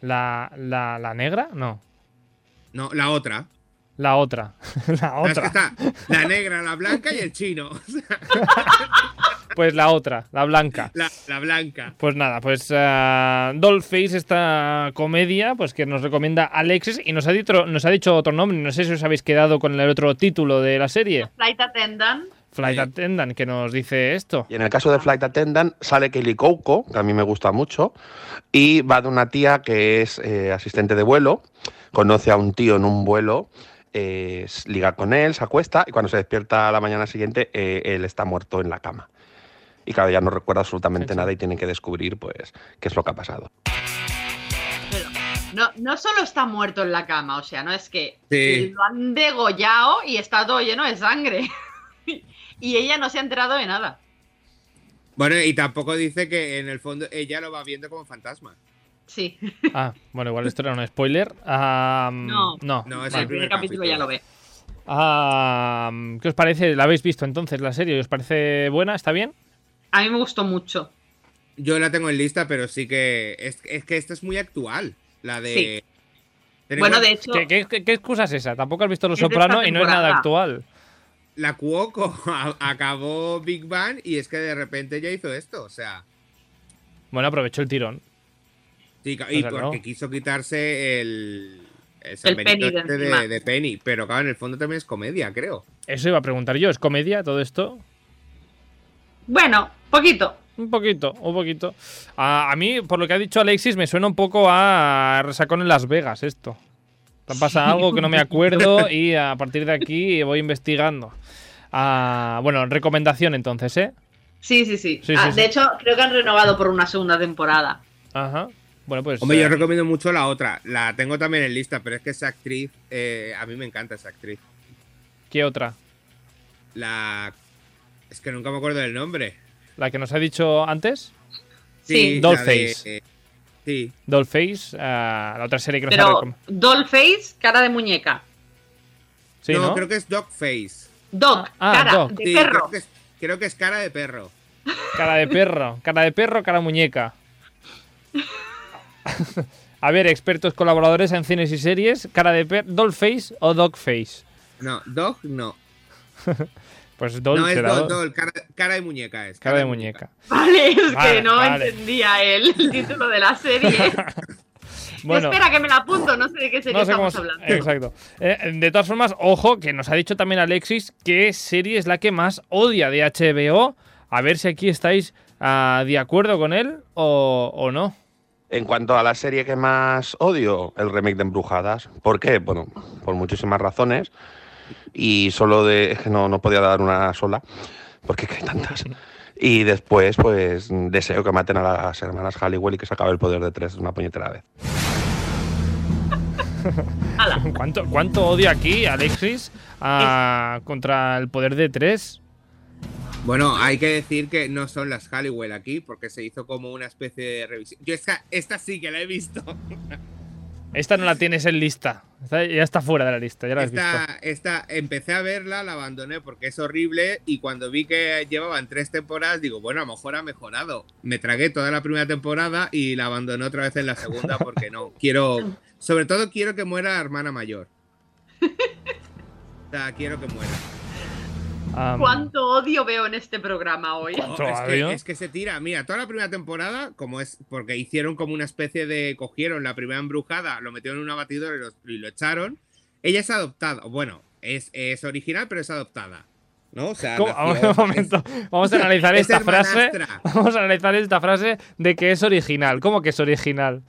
S1: la, la, la negra, no.
S2: No, la otra.
S1: La otra. la
S2: La, que
S1: otra.
S2: está, la negra, la blanca y el chino. O sea,
S1: Pues la otra, la blanca.
S2: la, la blanca.
S1: Pues nada, pues ah, Dollface, esta comedia, pues que nos recomienda Alexis y nos ha, dicho, nos ha dicho otro nombre, no sé si os habéis quedado con el otro título de la serie,
S3: Flight attendant.
S1: Flight
S2: Sí.
S1: Attendant, que nos dice esto.
S7: Y en el caso de Flight Attendant sale Kelly Coco, que a mí me gusta mucho, y va de una tía que es eh, asistente de vuelo, conoce a un tío en un vuelo, eh, s- liga con él, se acuesta y cuando se despierta a la mañana siguiente eh, él está muerto en la cama. Y claro, ya no recuerda absolutamente
S1: Sí, sí.
S7: nada y tienen que descubrir pues qué es lo que ha pasado.
S3: Pero no, no solo está muerto en la cama, o sea, no es que
S2: Sí.
S3: lo han degollado y está todo lleno de sangre. y ella no se ha enterado de nada.
S2: Bueno, y tampoco dice que en el fondo ella lo va viendo como fantasma.
S3: Sí,
S1: Ah, bueno, igual esto era un spoiler. Ah,
S3: No.
S1: no.
S2: No, es
S1: vale.
S2: el
S3: el primer
S2: primer
S3: capítulo
S2: capítulo.
S3: ya lo ve.
S1: Ah, ¿Qué os parece? ¿La habéis visto entonces la serie? ¿Os parece buena? ¿Está bien?
S3: A mí me gustó mucho.
S2: Yo la tengo en lista, pero sí que. Es, es que esta es muy actual. La de. Ten en
S3: Bueno,
S2: cuenta-
S3: de hecho,
S1: ¿Qué, qué- qué- qué excusa es esa? Tampoco has visto Los
S3: Es de esta
S1: Soprano y no es nada
S3: temporada.
S1: actual.
S2: La Cuoco a- acabó Big Bang y es que de repente ya hizo esto. O sea.
S1: Bueno, aprovechó el tirón.
S2: sí, ca- y
S1: O sea,
S2: porque
S1: no.
S2: quiso quitarse el. El,
S3: El Penny de
S2: este
S3: encima.
S2: de, de Penny. Pero claro, en el fondo también es comedia, creo.
S1: Eso iba a preguntar yo, ¿es comedia todo esto?
S3: bueno, poquito.
S1: Un poquito, un poquito. A, a mí, por lo que ha dicho Alexis, me suena un poco a Resacón en Las Vegas esto. Me pasa algo que no me acuerdo y a partir de aquí voy investigando. Ah, bueno, recomendación entonces, ¿eh?
S3: Sí, sí, sí.
S1: Sí,
S3: Ah,
S1: sí,
S3: de
S1: sí.
S3: hecho, creo que han renovado por una segunda temporada.
S1: Ajá. Bueno, pues...
S2: Hombre, yo
S1: eh,
S2: recomiendo mucho la otra. La tengo también en lista, pero es que esa actriz. eh, a mí me encanta esa actriz.
S1: ¿Qué otra?
S2: La. Es que nunca me acuerdo del nombre.
S1: ¿La que nos ha dicho antes?
S3: Sí.
S2: la de- eh,
S1: Dollface.
S2: sí.
S1: Dollface, ah, la otra serie que nos ha
S3: Pero
S1: recom-
S3: Dollface, cara de muñeca.
S1: Sí,
S2: no,
S1: ¿no?
S2: creo que es Dogface.
S3: Doc,
S1: Ah,
S3: cara
S1: Doc.
S3: de
S2: Sí,
S3: perro.
S2: Creo que, es, creo que es cara de perro.
S1: Cara de perro, cara de perro, cara muñeca. A ver, expertos colaboradores en cines y series, cara de perro, dollface o dogface.
S2: No, Dog no.
S1: Pues doll
S2: no es
S1: será
S2: Dog,
S1: doll.
S2: Dog, cara, cara de muñeca es.
S1: cara de muñeca.
S3: Vale, es
S1: Vale,
S3: que no
S1: vale.
S3: entendía el, el título de la serie.
S1: Bueno,
S3: Espera, que me la apunto, no sé de qué serie
S1: no sé cómo
S3: estamos
S1: se-
S3: hablando.
S1: Exacto. Eh, de todas formas, ojo, que nos ha dicho también Alexis qué serie es la que más odia de HBO. A ver si aquí estáis ah, ah, de acuerdo con él o, o no.
S7: En cuanto a la serie que más odio, el remake de Embrujadas. ¿Por qué? Bueno, por muchísimas razones. Y solo de. Es que no, no podía dar una sola, porque es que hay tantas. Y después, pues, deseo que maten a las hermanas Halliwell y que se acabe el poder de tres de una puñetera vez.
S1: ¿Cuánto, cuánto odio aquí, Alexis, ah, contra el poder de tres?
S2: Bueno, hay que decir que no son las Halliwell aquí, porque se hizo como una especie de revisión. Yo esta, esta sí que la he visto.
S1: Esta no la tienes en lista. Esta ya está fuera de la lista, ya la has visto.
S2: Esta, esta empecé a verla, la abandoné porque es horrible y cuando vi que llevaban tres temporadas, digo, bueno, a lo mejor ha mejorado. Me tragué toda la primera temporada y la abandoné otra vez en la segunda porque no. Quiero, sobre todo quiero que muera la hermana mayor. O sea, quiero que muera.
S1: Am,
S3: ¿Cuánto odio veo en este programa hoy?
S1: Cu-
S2: No,
S1: Otro
S2: es,
S1: avión.
S2: que, es que se tira, mira, toda la primera temporada, como es, porque hicieron como una especie de, cogieron la primera embrujada, lo metieron en una batidora y los- y lo, echaron. Ella es adoptada, bueno, es, es original, pero es adoptada, ¿no? O sea,
S1: ¿Cómo? Vamos,
S2: nació-
S1: un momento. Vamos a analizar
S2: es
S1: esta frase.
S2: hermanastra.
S1: Vamos a analizar esta frase de que es original. ¿Cómo que es original?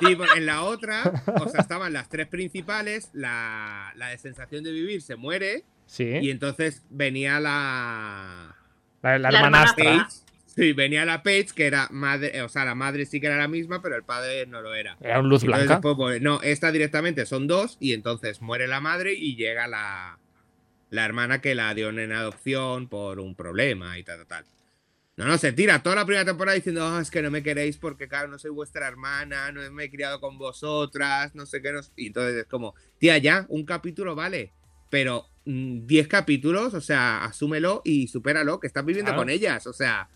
S2: es- sí, porque en la otra, o sea, estaban las tres principales, la, la de sensación de vivir se muere y
S1: Sí.
S2: entonces venía la...
S1: La, la
S3: La
S1: hermanastra.
S3: hermanastra.
S2: Paige. Sí, venía la Paige, que era madre, o sea, la madre sí que era la misma, pero el padre no lo era.
S1: Era un luz
S2: Entonces,
S1: blanca.
S2: después, pues, no, esta directamente son dos y entonces muere la madre y llega la, la hermana que la dio en adopción por un problema y tal, tal, tal. No, no, se tira toda la primera temporada diciendo, "Ah, es que no me queréis porque, claro, no soy vuestra hermana, no me he criado con vosotras, no sé qué. No... sé". Y entonces es como, tía, ya, un capítulo vale, pero mm, 10 capítulos, o sea, asúmelo y supéralo, que estás viviendo
S1: Claro.
S2: con ellas, o sea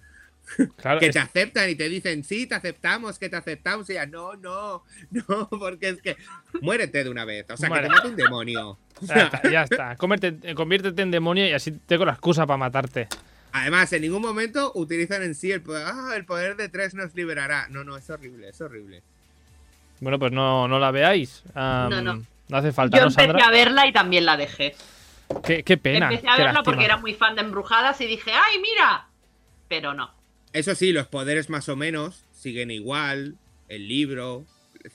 S1: Claro,
S2: que
S1: es-
S2: te aceptan y te dicen, sí, te aceptamos, que te aceptamos. Y ella, no, no, no, porque es que muérete de una vez. O sea,
S1: Muere.
S2: que te mate un demonio. O
S1: ya
S2: sea,
S1: está. ya está. Conviértete, eh, conviértete en demonio y así tengo la excusa para matarte.
S2: además, en ningún momento utilizan en sí el poder, ah, el poder de tres nos liberará. No, no, es horrible, es horrible.
S1: Bueno, pues no, no la veáis. Am,
S3: No, no.
S1: hace falta,
S3: Yo
S1: ¿no,
S3: empecé
S1: Sandra?
S3: a verla y también la dejé.
S1: Qué, qué pena.
S3: empecé a
S1: qué
S3: verla
S1: lástima.
S3: porque era muy fan de Embrujadas y dije, ¡ay, mira! Pero no.
S2: Eso sí, los poderes más o menos siguen igual, el libro,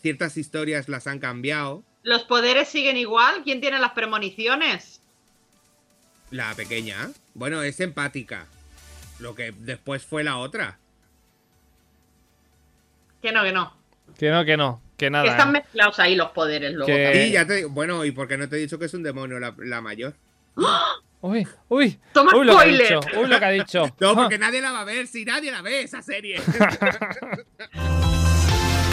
S2: ciertas historias las han cambiado.
S3: ¿Los poderes siguen igual? ¿Quién tiene las premoniciones?
S2: La pequeña, bueno, es empática. Lo que después fue la otra.
S3: Que no, que no.
S1: Que no, que no. Que nada.
S3: que están
S1: eh.
S3: mezclados ahí los poderes luego.
S1: Que-
S3: también.
S2: Y ya te digo, bueno, ¿y por qué no te he dicho que es un demonio la- la mayor?
S1: Uy, uy.
S3: Toma
S1: uy, lo que ha
S3: spoiler.
S1: dicho. Uy, lo que ha dicho.
S2: No, porque nadie la va a ver, si nadie la ve esa serie.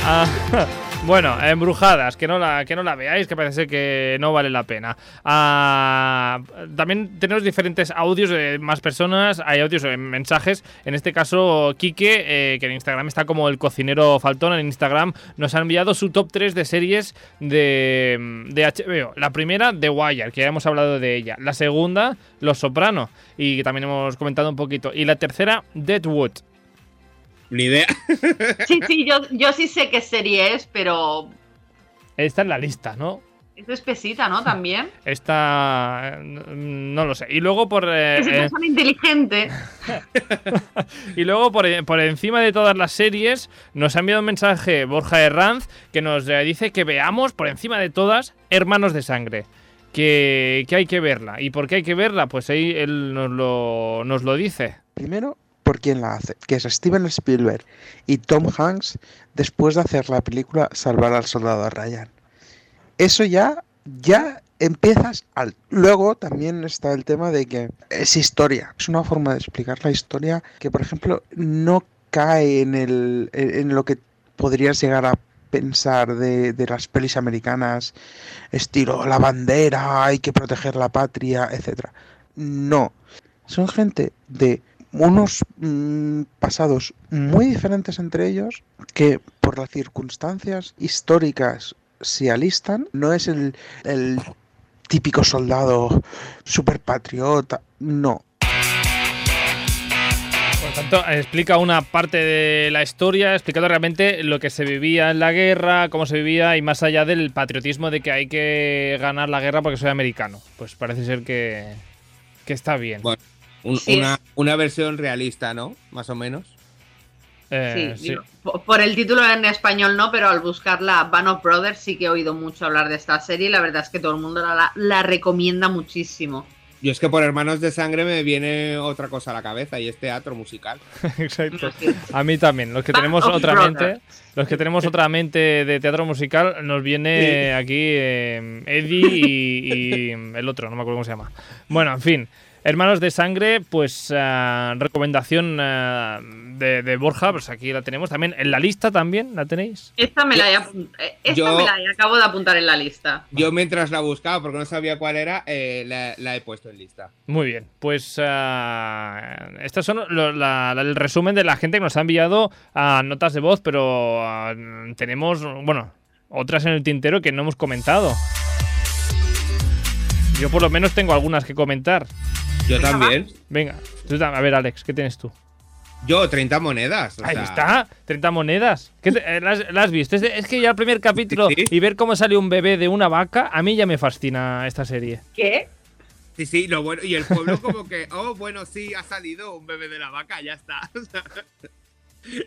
S1: Ah, bueno, embrujadas, que no la, que no la veáis, que parece que no vale la pena. Ah, también tenemos diferentes audios de más personas, hay audios en mensajes. En este caso, Quique, eh, que en Instagram está como el cocinero faltón, en Instagram nos ha enviado su top 3 de series de, de HBO. La primera, The Wire, que ya hemos hablado de ella. La segunda, Los Soprano, y que también hemos comentado un poquito. Y la tercera, Deadwood.
S2: Ni idea.
S3: Sí, sí, yo, yo sí sé qué serie es, pero
S1: Esta es la lista, ¿no?
S3: es espesita, ¿no? También.
S1: Esta. mm, No lo sé. Y luego por. eh,
S3: Es una
S1: eh,
S3: persona inteligente.
S1: y luego por, eh, por encima de todas las series. Nos ha enviado un mensaje Borja Herranz que nos eh, dice que veamos por encima de todas Hermanos de Sangre. Que, que hay que verla. ¿Y por qué hay que verla? Pues ahí él nos lo, nos lo dice.
S8: Primero, por quien la hace, que es Steven Spielberg y Tom Hanks después de hacer la película Salvar al Soldado Ryan. Eso ya, ya empiezas al... Luego también está el tema de que es historia, es una forma de explicar la historia que, por ejemplo, no cae en, el, en lo que podrías llegar a pensar de, de las pelis americanas, estilo la bandera, hay que proteger la patria, etcétera. No, son gente de unos mm, pasados muy diferentes entre ellos que por las circunstancias históricas se alistan. No es el, el típico soldado superpatriota, no.
S1: Por tanto, explica una parte de la historia, explicando realmente lo que se vivía en la guerra, cómo se vivía y más allá del patriotismo de que hay que ganar la guerra porque soy americano. Pues parece ser que, que está bien.
S2: Bueno. Un-
S3: Sí.
S2: una, una versión realista, ¿no? Más o menos.
S1: Eh,
S3: sí, po- por el título en español no, pero al buscarla Van of Brothers sí que he oído mucho hablar de esta serie y la verdad es que todo el mundo la, la- la recomienda muchísimo.
S2: Yo es que por Hermanos de Sangre me viene otra cosa a la cabeza y es teatro musical.
S1: exacto.
S3: Así es.
S1: A mí también. Los que
S3: Band
S1: tenemos
S3: of
S1: otra
S3: Brothers.
S1: mente, los que tenemos otra mente de teatro musical, nos viene aquí eh, Eddie y, y el otro, no me acuerdo cómo se llama. Bueno, en fin. Hermanos de Sangre, pues ah, recomendación ah, de, de Borja, pues aquí la tenemos también. En la lista también la tenéis.
S3: Esta me la, he apun- eh, esta
S2: Yo-
S3: me la he- acabo de apuntar en la lista.
S2: Yo mientras la buscaba, porque no sabía cuál era, eh, la, la he puesto en lista.
S1: Muy bien, pues ah, estas son lo- la- la- el resumen de la gente que nos ha enviado a notas de voz, pero ah, tenemos, bueno, otras en el tintero que no hemos comentado. Yo por lo menos tengo algunas que comentar.
S2: Yo también.
S1: Venga, tú tam- a ver Alex, ¿qué tienes tú?
S2: Yo, 30 monedas. o
S1: Ahí
S2: sea,
S1: está, 30 monedas. ¿Qué te- eh, las, las has visto? Es, de- es que ya el primer capítulo
S2: Sí.
S1: y ver cómo sale un bebé de una vaca, a mí ya me fascina esta serie.
S3: ¿Qué?
S2: Sí, sí, lo bueno. Y el pueblo, como que, oh, bueno, sí, ha salido un bebé de la vaca, ya está. O sea,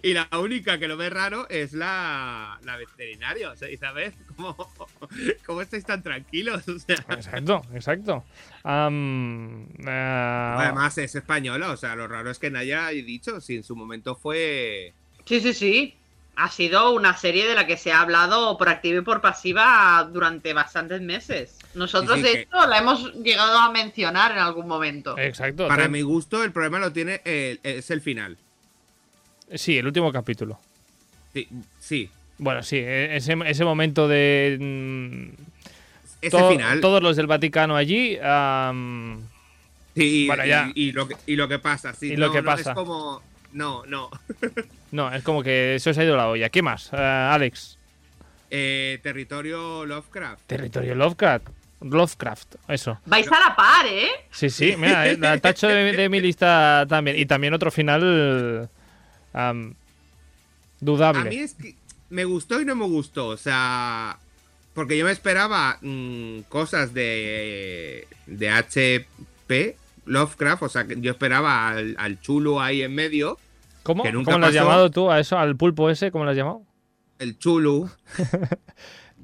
S2: y la única que lo ve raro es la, la veterinaria. O sea, Isabel, ¿cómo, ¿cómo estáis tan tranquilos? O sea,
S1: Exacto, exacto. Am, eh,
S2: además, es española. O sea, lo raro es que no haya dicho si en su momento fue.
S3: Sí, sí, sí. Ha sido una serie de la que se ha hablado por activa y por pasiva durante bastantes meses. Nosotros,
S2: Sí, sí,
S3: de
S2: que- Eh,
S3: hecho, la hemos llegado a mencionar en algún momento.
S1: Exacto.
S2: Para
S1: ten-
S2: mi gusto, el problema lo tiene. el- es el final.
S1: Sí, el último capítulo.
S2: Sí. sí.
S1: Bueno, sí, e- ese, ese momento de... mm,
S2: Ese
S1: to-
S2: final.
S1: Todos los del Vaticano allí. am,
S2: Sí, y,
S1: Bueno, ya.
S2: y- y lo que, y lo que pasa, sí.
S1: Y lo
S2: no,
S1: que
S2: no,
S1: pasa.
S2: Es como. No, no.
S1: no, es como que eso se ha ido la olla. ¿Qué más, eh, Alex?
S2: Eh, territorio Lovecraft.
S1: Territorio Lovecraft. Lovecraft, eso.
S3: Vais a la par, ¿eh?
S1: Sí, sí, mira, eh, la tacho de, de mi lista también. Y también otro final... am,
S2: A
S1: dudable.
S2: mí es que me gustó y no me gustó. O sea. Porque yo me esperaba mm, cosas de. de HP Lovecraft. O sea, que yo esperaba al, al chulo ahí en medio.
S1: ¿Cómo?
S2: que nunca
S1: ¿Cómo lo has
S2: pasó.
S1: llamado tú a eso, al pulpo ese? ¿Cómo lo has llamado?
S2: El chulo.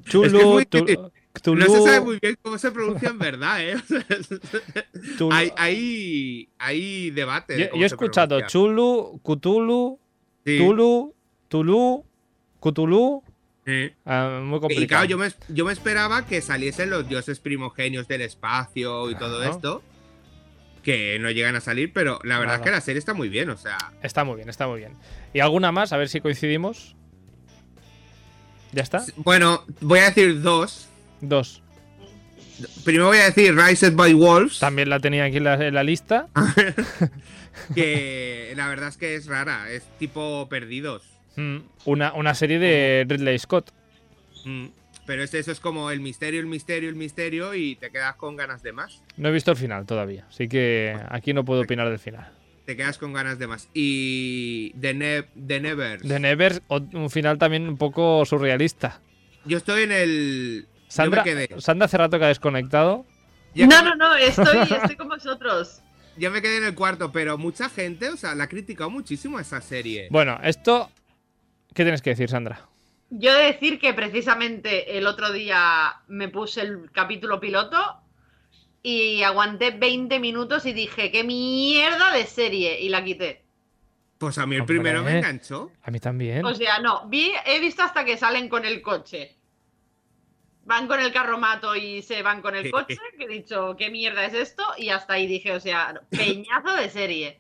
S1: Chulu,
S2: es muy
S1: tu-
S2: difícil.
S1: Tulu,
S2: No se sabe muy bien cómo se pronuncia en verdad, ¿eh? O sea,
S1: Tulu.
S2: hay, hay, hay debate. de
S1: Yo,
S2: cómo
S1: yo he
S2: se
S1: escuchado
S2: pronuncia.
S1: Chulu, Cthulhu,
S2: Sí,
S1: Tulu, Tulu, Cthulhu.
S2: sí.
S1: ah, muy
S2: Y claro,
S1: complicado.
S2: yo me, yo me esperaba que saliesen los dioses primogenios del espacio y todo
S1: Claro.
S2: esto. Que no llegan a salir, pero la verdad
S1: Nada.
S2: es que la serie está muy bien, o sea.
S1: Está muy bien, está muy bien. ¿Y alguna más? A ver si coincidimos. ¿Ya está?
S2: Bueno, voy a decir dos.
S1: Dos.
S2: Primero voy a decir Rised by Wolves,
S1: También la tenía aquí en la, en la lista.
S2: Ah. que la verdad es que es rara, es tipo perdidos.
S1: Mm, Una, una serie de Ridley Scott.
S2: Mm, Pero es, eso es como el misterio, el misterio, el misterio y te quedas con ganas de más.
S1: No he visto el final todavía, así que aquí no puedo opinar del final.
S2: Te quedas con ganas de más. Y The, Ne- The Nevers.
S1: The Nevers, ot- un final también un poco surrealista.
S2: Yo estoy en el. yo me
S1: Sandra,
S2: quedé.
S1: Sandra hace rato que ha desconectado.
S2: Ya
S3: no,
S2: que-
S3: no, no, estoy, estoy con vosotros.
S2: Yo me quedé en el cuarto, pero mucha gente, o sea, la ha criticado muchísimo a esa serie.
S1: Bueno, esto. ¿Qué tienes que decir, Sandra?
S3: Yo he de decir que precisamente el otro día me puse el capítulo piloto y aguanté 20 minutos y dije, qué mierda de serie, y la quité.
S2: Pues a mí el
S1: Hombre. eh.
S2: primero me enganchó.
S1: A mí también.
S3: O sea, no, vi, he visto hasta que salen con el coche. Van con el carromato y se van con el coche, que he dicho, qué mierda es esto, y hasta ahí dije, o sea, peñazo de serie.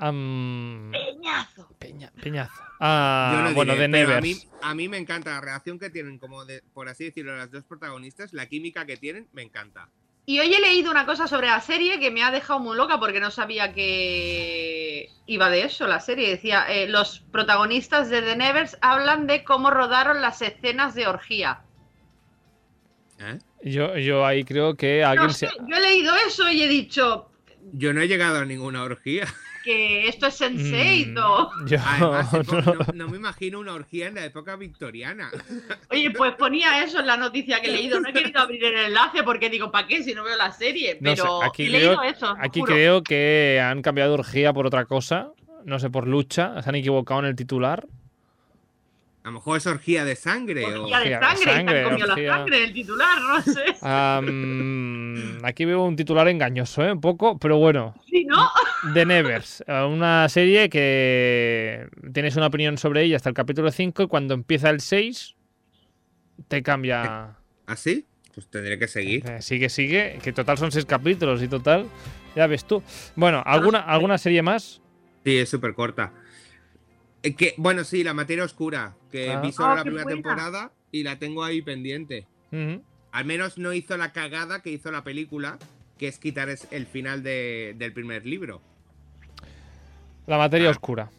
S1: Am,
S3: Peñazo.
S1: peña- peñazo. Ah,
S2: Yo no
S1: bueno,
S2: diré,
S1: de
S2: pero
S1: Nevers.
S2: A mí, a mí me encanta la relación que tienen, como de, por así decirlo, las dos protagonistas, la química que tienen, me encanta.
S3: Y hoy he leído una cosa sobre la serie que me ha dejado muy loca porque no sabía que iba de eso la serie. Decía, eh, los protagonistas de The Nevers hablan de cómo rodaron las escenas de orgía.
S2: ¿Eh?
S1: Yo, yo ahí creo que
S3: No
S1: alguien
S3: sé,
S1: se.
S3: yo he leído eso y he dicho
S2: Yo no he llegado a ninguna orgía.
S3: que esto es
S1: Mm,
S3: Sensei. ¿no?
S1: yo-
S2: Además,
S1: no.
S2: epo- no, no me imagino una orgía en la época victoriana.
S3: Oye, pues ponía eso en la noticia que he leído. No he querido abrir el enlace porque digo, ¿para qué si no veo la serie?
S1: No sé,
S3: Pero
S1: aquí
S3: he leído
S1: creo-
S3: eso. os
S1: Aquí
S3: juro.
S1: creo que han cambiado orgía por otra cosa no sé, por lucha, se han equivocado en el titular.
S2: A lo mejor es orgía de sangre. o-
S1: Orgía
S3: Orgía
S1: de
S3: de sangre, se
S1: sangre,
S3: han comido
S1: orgía.
S3: la sangre del titular, no sé.
S1: Am, aquí veo un titular engañoso, ¿eh? Un poco, pero bueno.
S3: Si no,
S1: The Nevers, eh, una serie que tienes una opinión sobre ella hasta el capítulo 5 y cuando empieza el 6 te
S2: Eh,
S1: cambia.
S2: ¿Así? Pues tendré que seguir.
S1: Eh, sigue, sigue, que total son 6 capítulos y total, ya ves tú. Bueno, ¿alguna, alguna serie más?
S2: Sí, es súper corta. Eh, que, bueno, sí, la materia oscura, que
S1: Ah.
S2: vi solo
S3: Ah,
S2: la
S3: qué
S2: primera
S3: buena.
S2: temporada y la tengo ahí pendiente.
S1: Ujú.
S2: Al menos no hizo la cagada que hizo la película, que es quitar es- el final de- del primer libro.
S1: La materia
S2: Ah.
S1: oscura.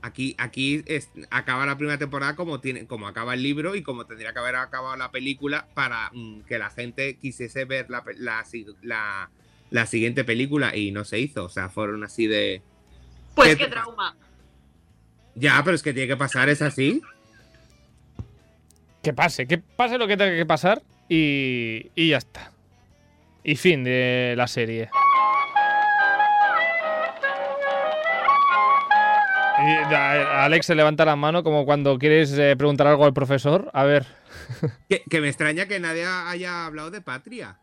S2: Aquí, aquí es- acaba la primera temporada como, tiene, como acaba el libro y como tendría que haber acabado la película para mm, que la gente quisiese ver la, pe- la si- la- la siguiente película y no se hizo. O sea, fueron así de...
S3: pues
S2: ¿Qué
S3: qué
S2: te-
S3: trauma.
S2: Ya, pero es que tiene que pasar, es así.
S1: Que pase, que pase lo que tenga que pasar y, y ya está. Y fin de la serie. Y, a- Alex se levanta la mano como cuando quieres eh, preguntar algo al profesor. A ver,
S2: Que, que me extraña que nadie haya hablado de patria.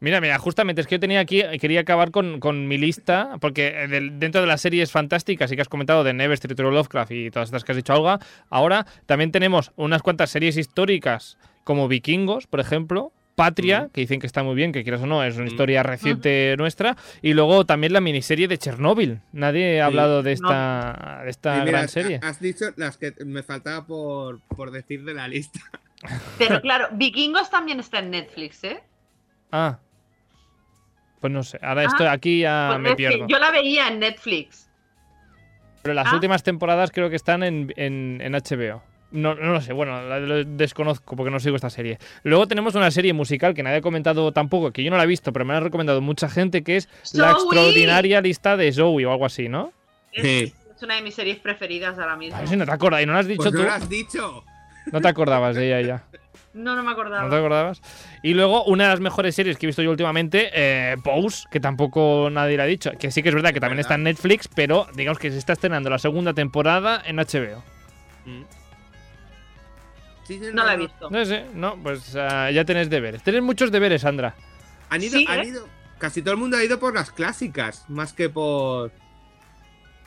S1: mira, mira, justamente es que yo tenía aquí, quería acabar con, con mi lista, porque eh, del- dentro de las series fantásticas y que has comentado de Neves, Territorio Lovecraft y todas estas que has dicho, Olga, ahora también tenemos unas cuantas series históricas como Vikingos, por ejemplo, Patria, que dicen que está muy bien, que quieras o no, es
S3: Mm.
S1: una
S2: Ujú.
S1: historia reciente nuestra, y luego también la miniserie de Chernóbil. Nadie ha
S2: Sí.
S1: hablado de esta, de esta
S2: Y mira,
S1: gran
S2: has-
S1: serie.
S2: Has dicho las que me faltaba por, por decir de la lista.
S3: Pero claro, Vikingos también está en Netflix, ¿eh?
S1: Ah. Pues no sé, ahora
S3: Ah,
S1: esto aquí ya
S3: Pues
S1: me
S3: es que
S1: pierdo.
S3: yo la veía en Netflix.
S1: Pero las
S3: Ah.
S1: últimas temporadas creo que están en, en- en HBO. No, no lo sé, bueno, la- lo desconozco porque no sigo esta serie. Luego tenemos una serie musical que nadie ha comentado tampoco, que yo no la he visto, pero me la ha recomendado mucha gente, que es La
S3: Zoe.
S1: extraordinaria lista de Zoe o algo así, ¿no?
S3: Es,
S2: Sí.
S3: es una de mis series preferidas ahora mismo.
S1: A ver si no te acordas, y no la has dicho
S2: Pues
S1: tú.
S2: no lo has dicho.
S1: No te acordabas de ella ya.
S3: No, no me acordaba.
S1: ¿No te acordabas? Y luego, una de las mejores series que he visto yo últimamente, eh, Pose, que tampoco nadie la ha dicho. Que sí que es verdad que también
S2: verdad.
S1: está en Netflix, pero digamos que se está estrenando la segunda temporada en HBO.
S2: Mm. Sí, sí,
S3: No la he visto.
S1: No sé, no, pues ah, ya tenés deberes. Tenés muchos deberes, Sandra.
S2: Han ido,
S3: Sí,
S2: han
S3: ¿eh?
S2: ido- Casi todo el mundo ha ido por las clásicas, más que por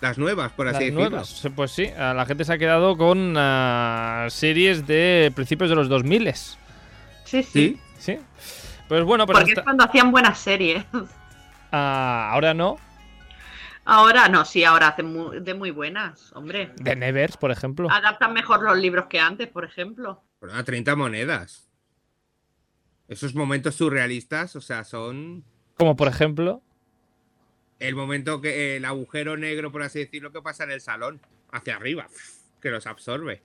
S2: las nuevas, por así
S1: Las
S2: decirlo.
S1: nuevas. Pues sí, ah, la gente se ha quedado con ah, series de principios de los 2000.
S3: Sí, sí.
S2: Sí.
S1: ¿Sí? Pues bueno, pues
S3: Porque
S1: hasta-
S3: es cuando hacían buenas series.
S1: ah, ahora no.
S3: Ahora no, sí, ahora hacen mu- de muy buenas, hombre.
S1: The Nevers, por ejemplo.
S3: Adaptan mejor los libros que antes, por ejemplo.
S2: Pero a 30 monedas. Esos momentos surrealistas, o sea, son
S1: Como por ejemplo.
S2: el momento que el agujero negro, por así decirlo, que pasa en el salón, hacia arriba, que los absorbe.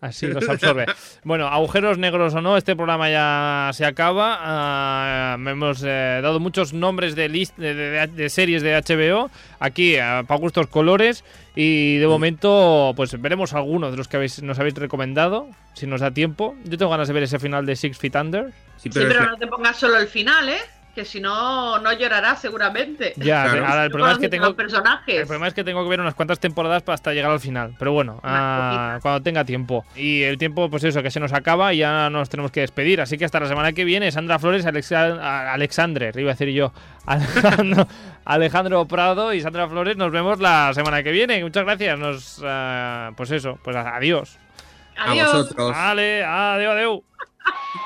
S1: Así los absorbe. Bueno, agujeros negros o no, este programa ya se acaba. Ah, hemos eh, dado muchos nombres de, list- de, de- de series de HBO aquí para gustos colores y de momento pues veremos algunos de los que habéis, nos habéis recomendado si nos da tiempo. Yo tengo ganas de ver ese final de Six Feet Under.
S2: Sí,
S3: Sí, pero
S2: es-
S3: no te pongas solo el final, ¿eh? Que si no, no llorarás seguramente.
S1: Ya,
S2: Claro.
S1: ahora el problema es que
S3: Conoces a
S1: tengo
S3: Los personajes.
S1: El problema es que tengo que ver unas cuantas temporadas para hasta llegar al final. Pero bueno, ah,
S3: poquitas.
S1: cuando tenga tiempo. Y el tiempo, pues eso, que se nos acaba y ya nos tenemos que despedir. Así que hasta la semana que viene, Sandra Flores, Alexa- a- Alexandre, iba a decir yo, Alejandro, Alejandro Prado y Sandra Flores. Nos vemos la semana que viene. Muchas gracias. Nos, ah, pues eso, pues adiós.
S2: A
S3: Adiós.
S2: vosotros.
S1: Vale, adiós, adiós.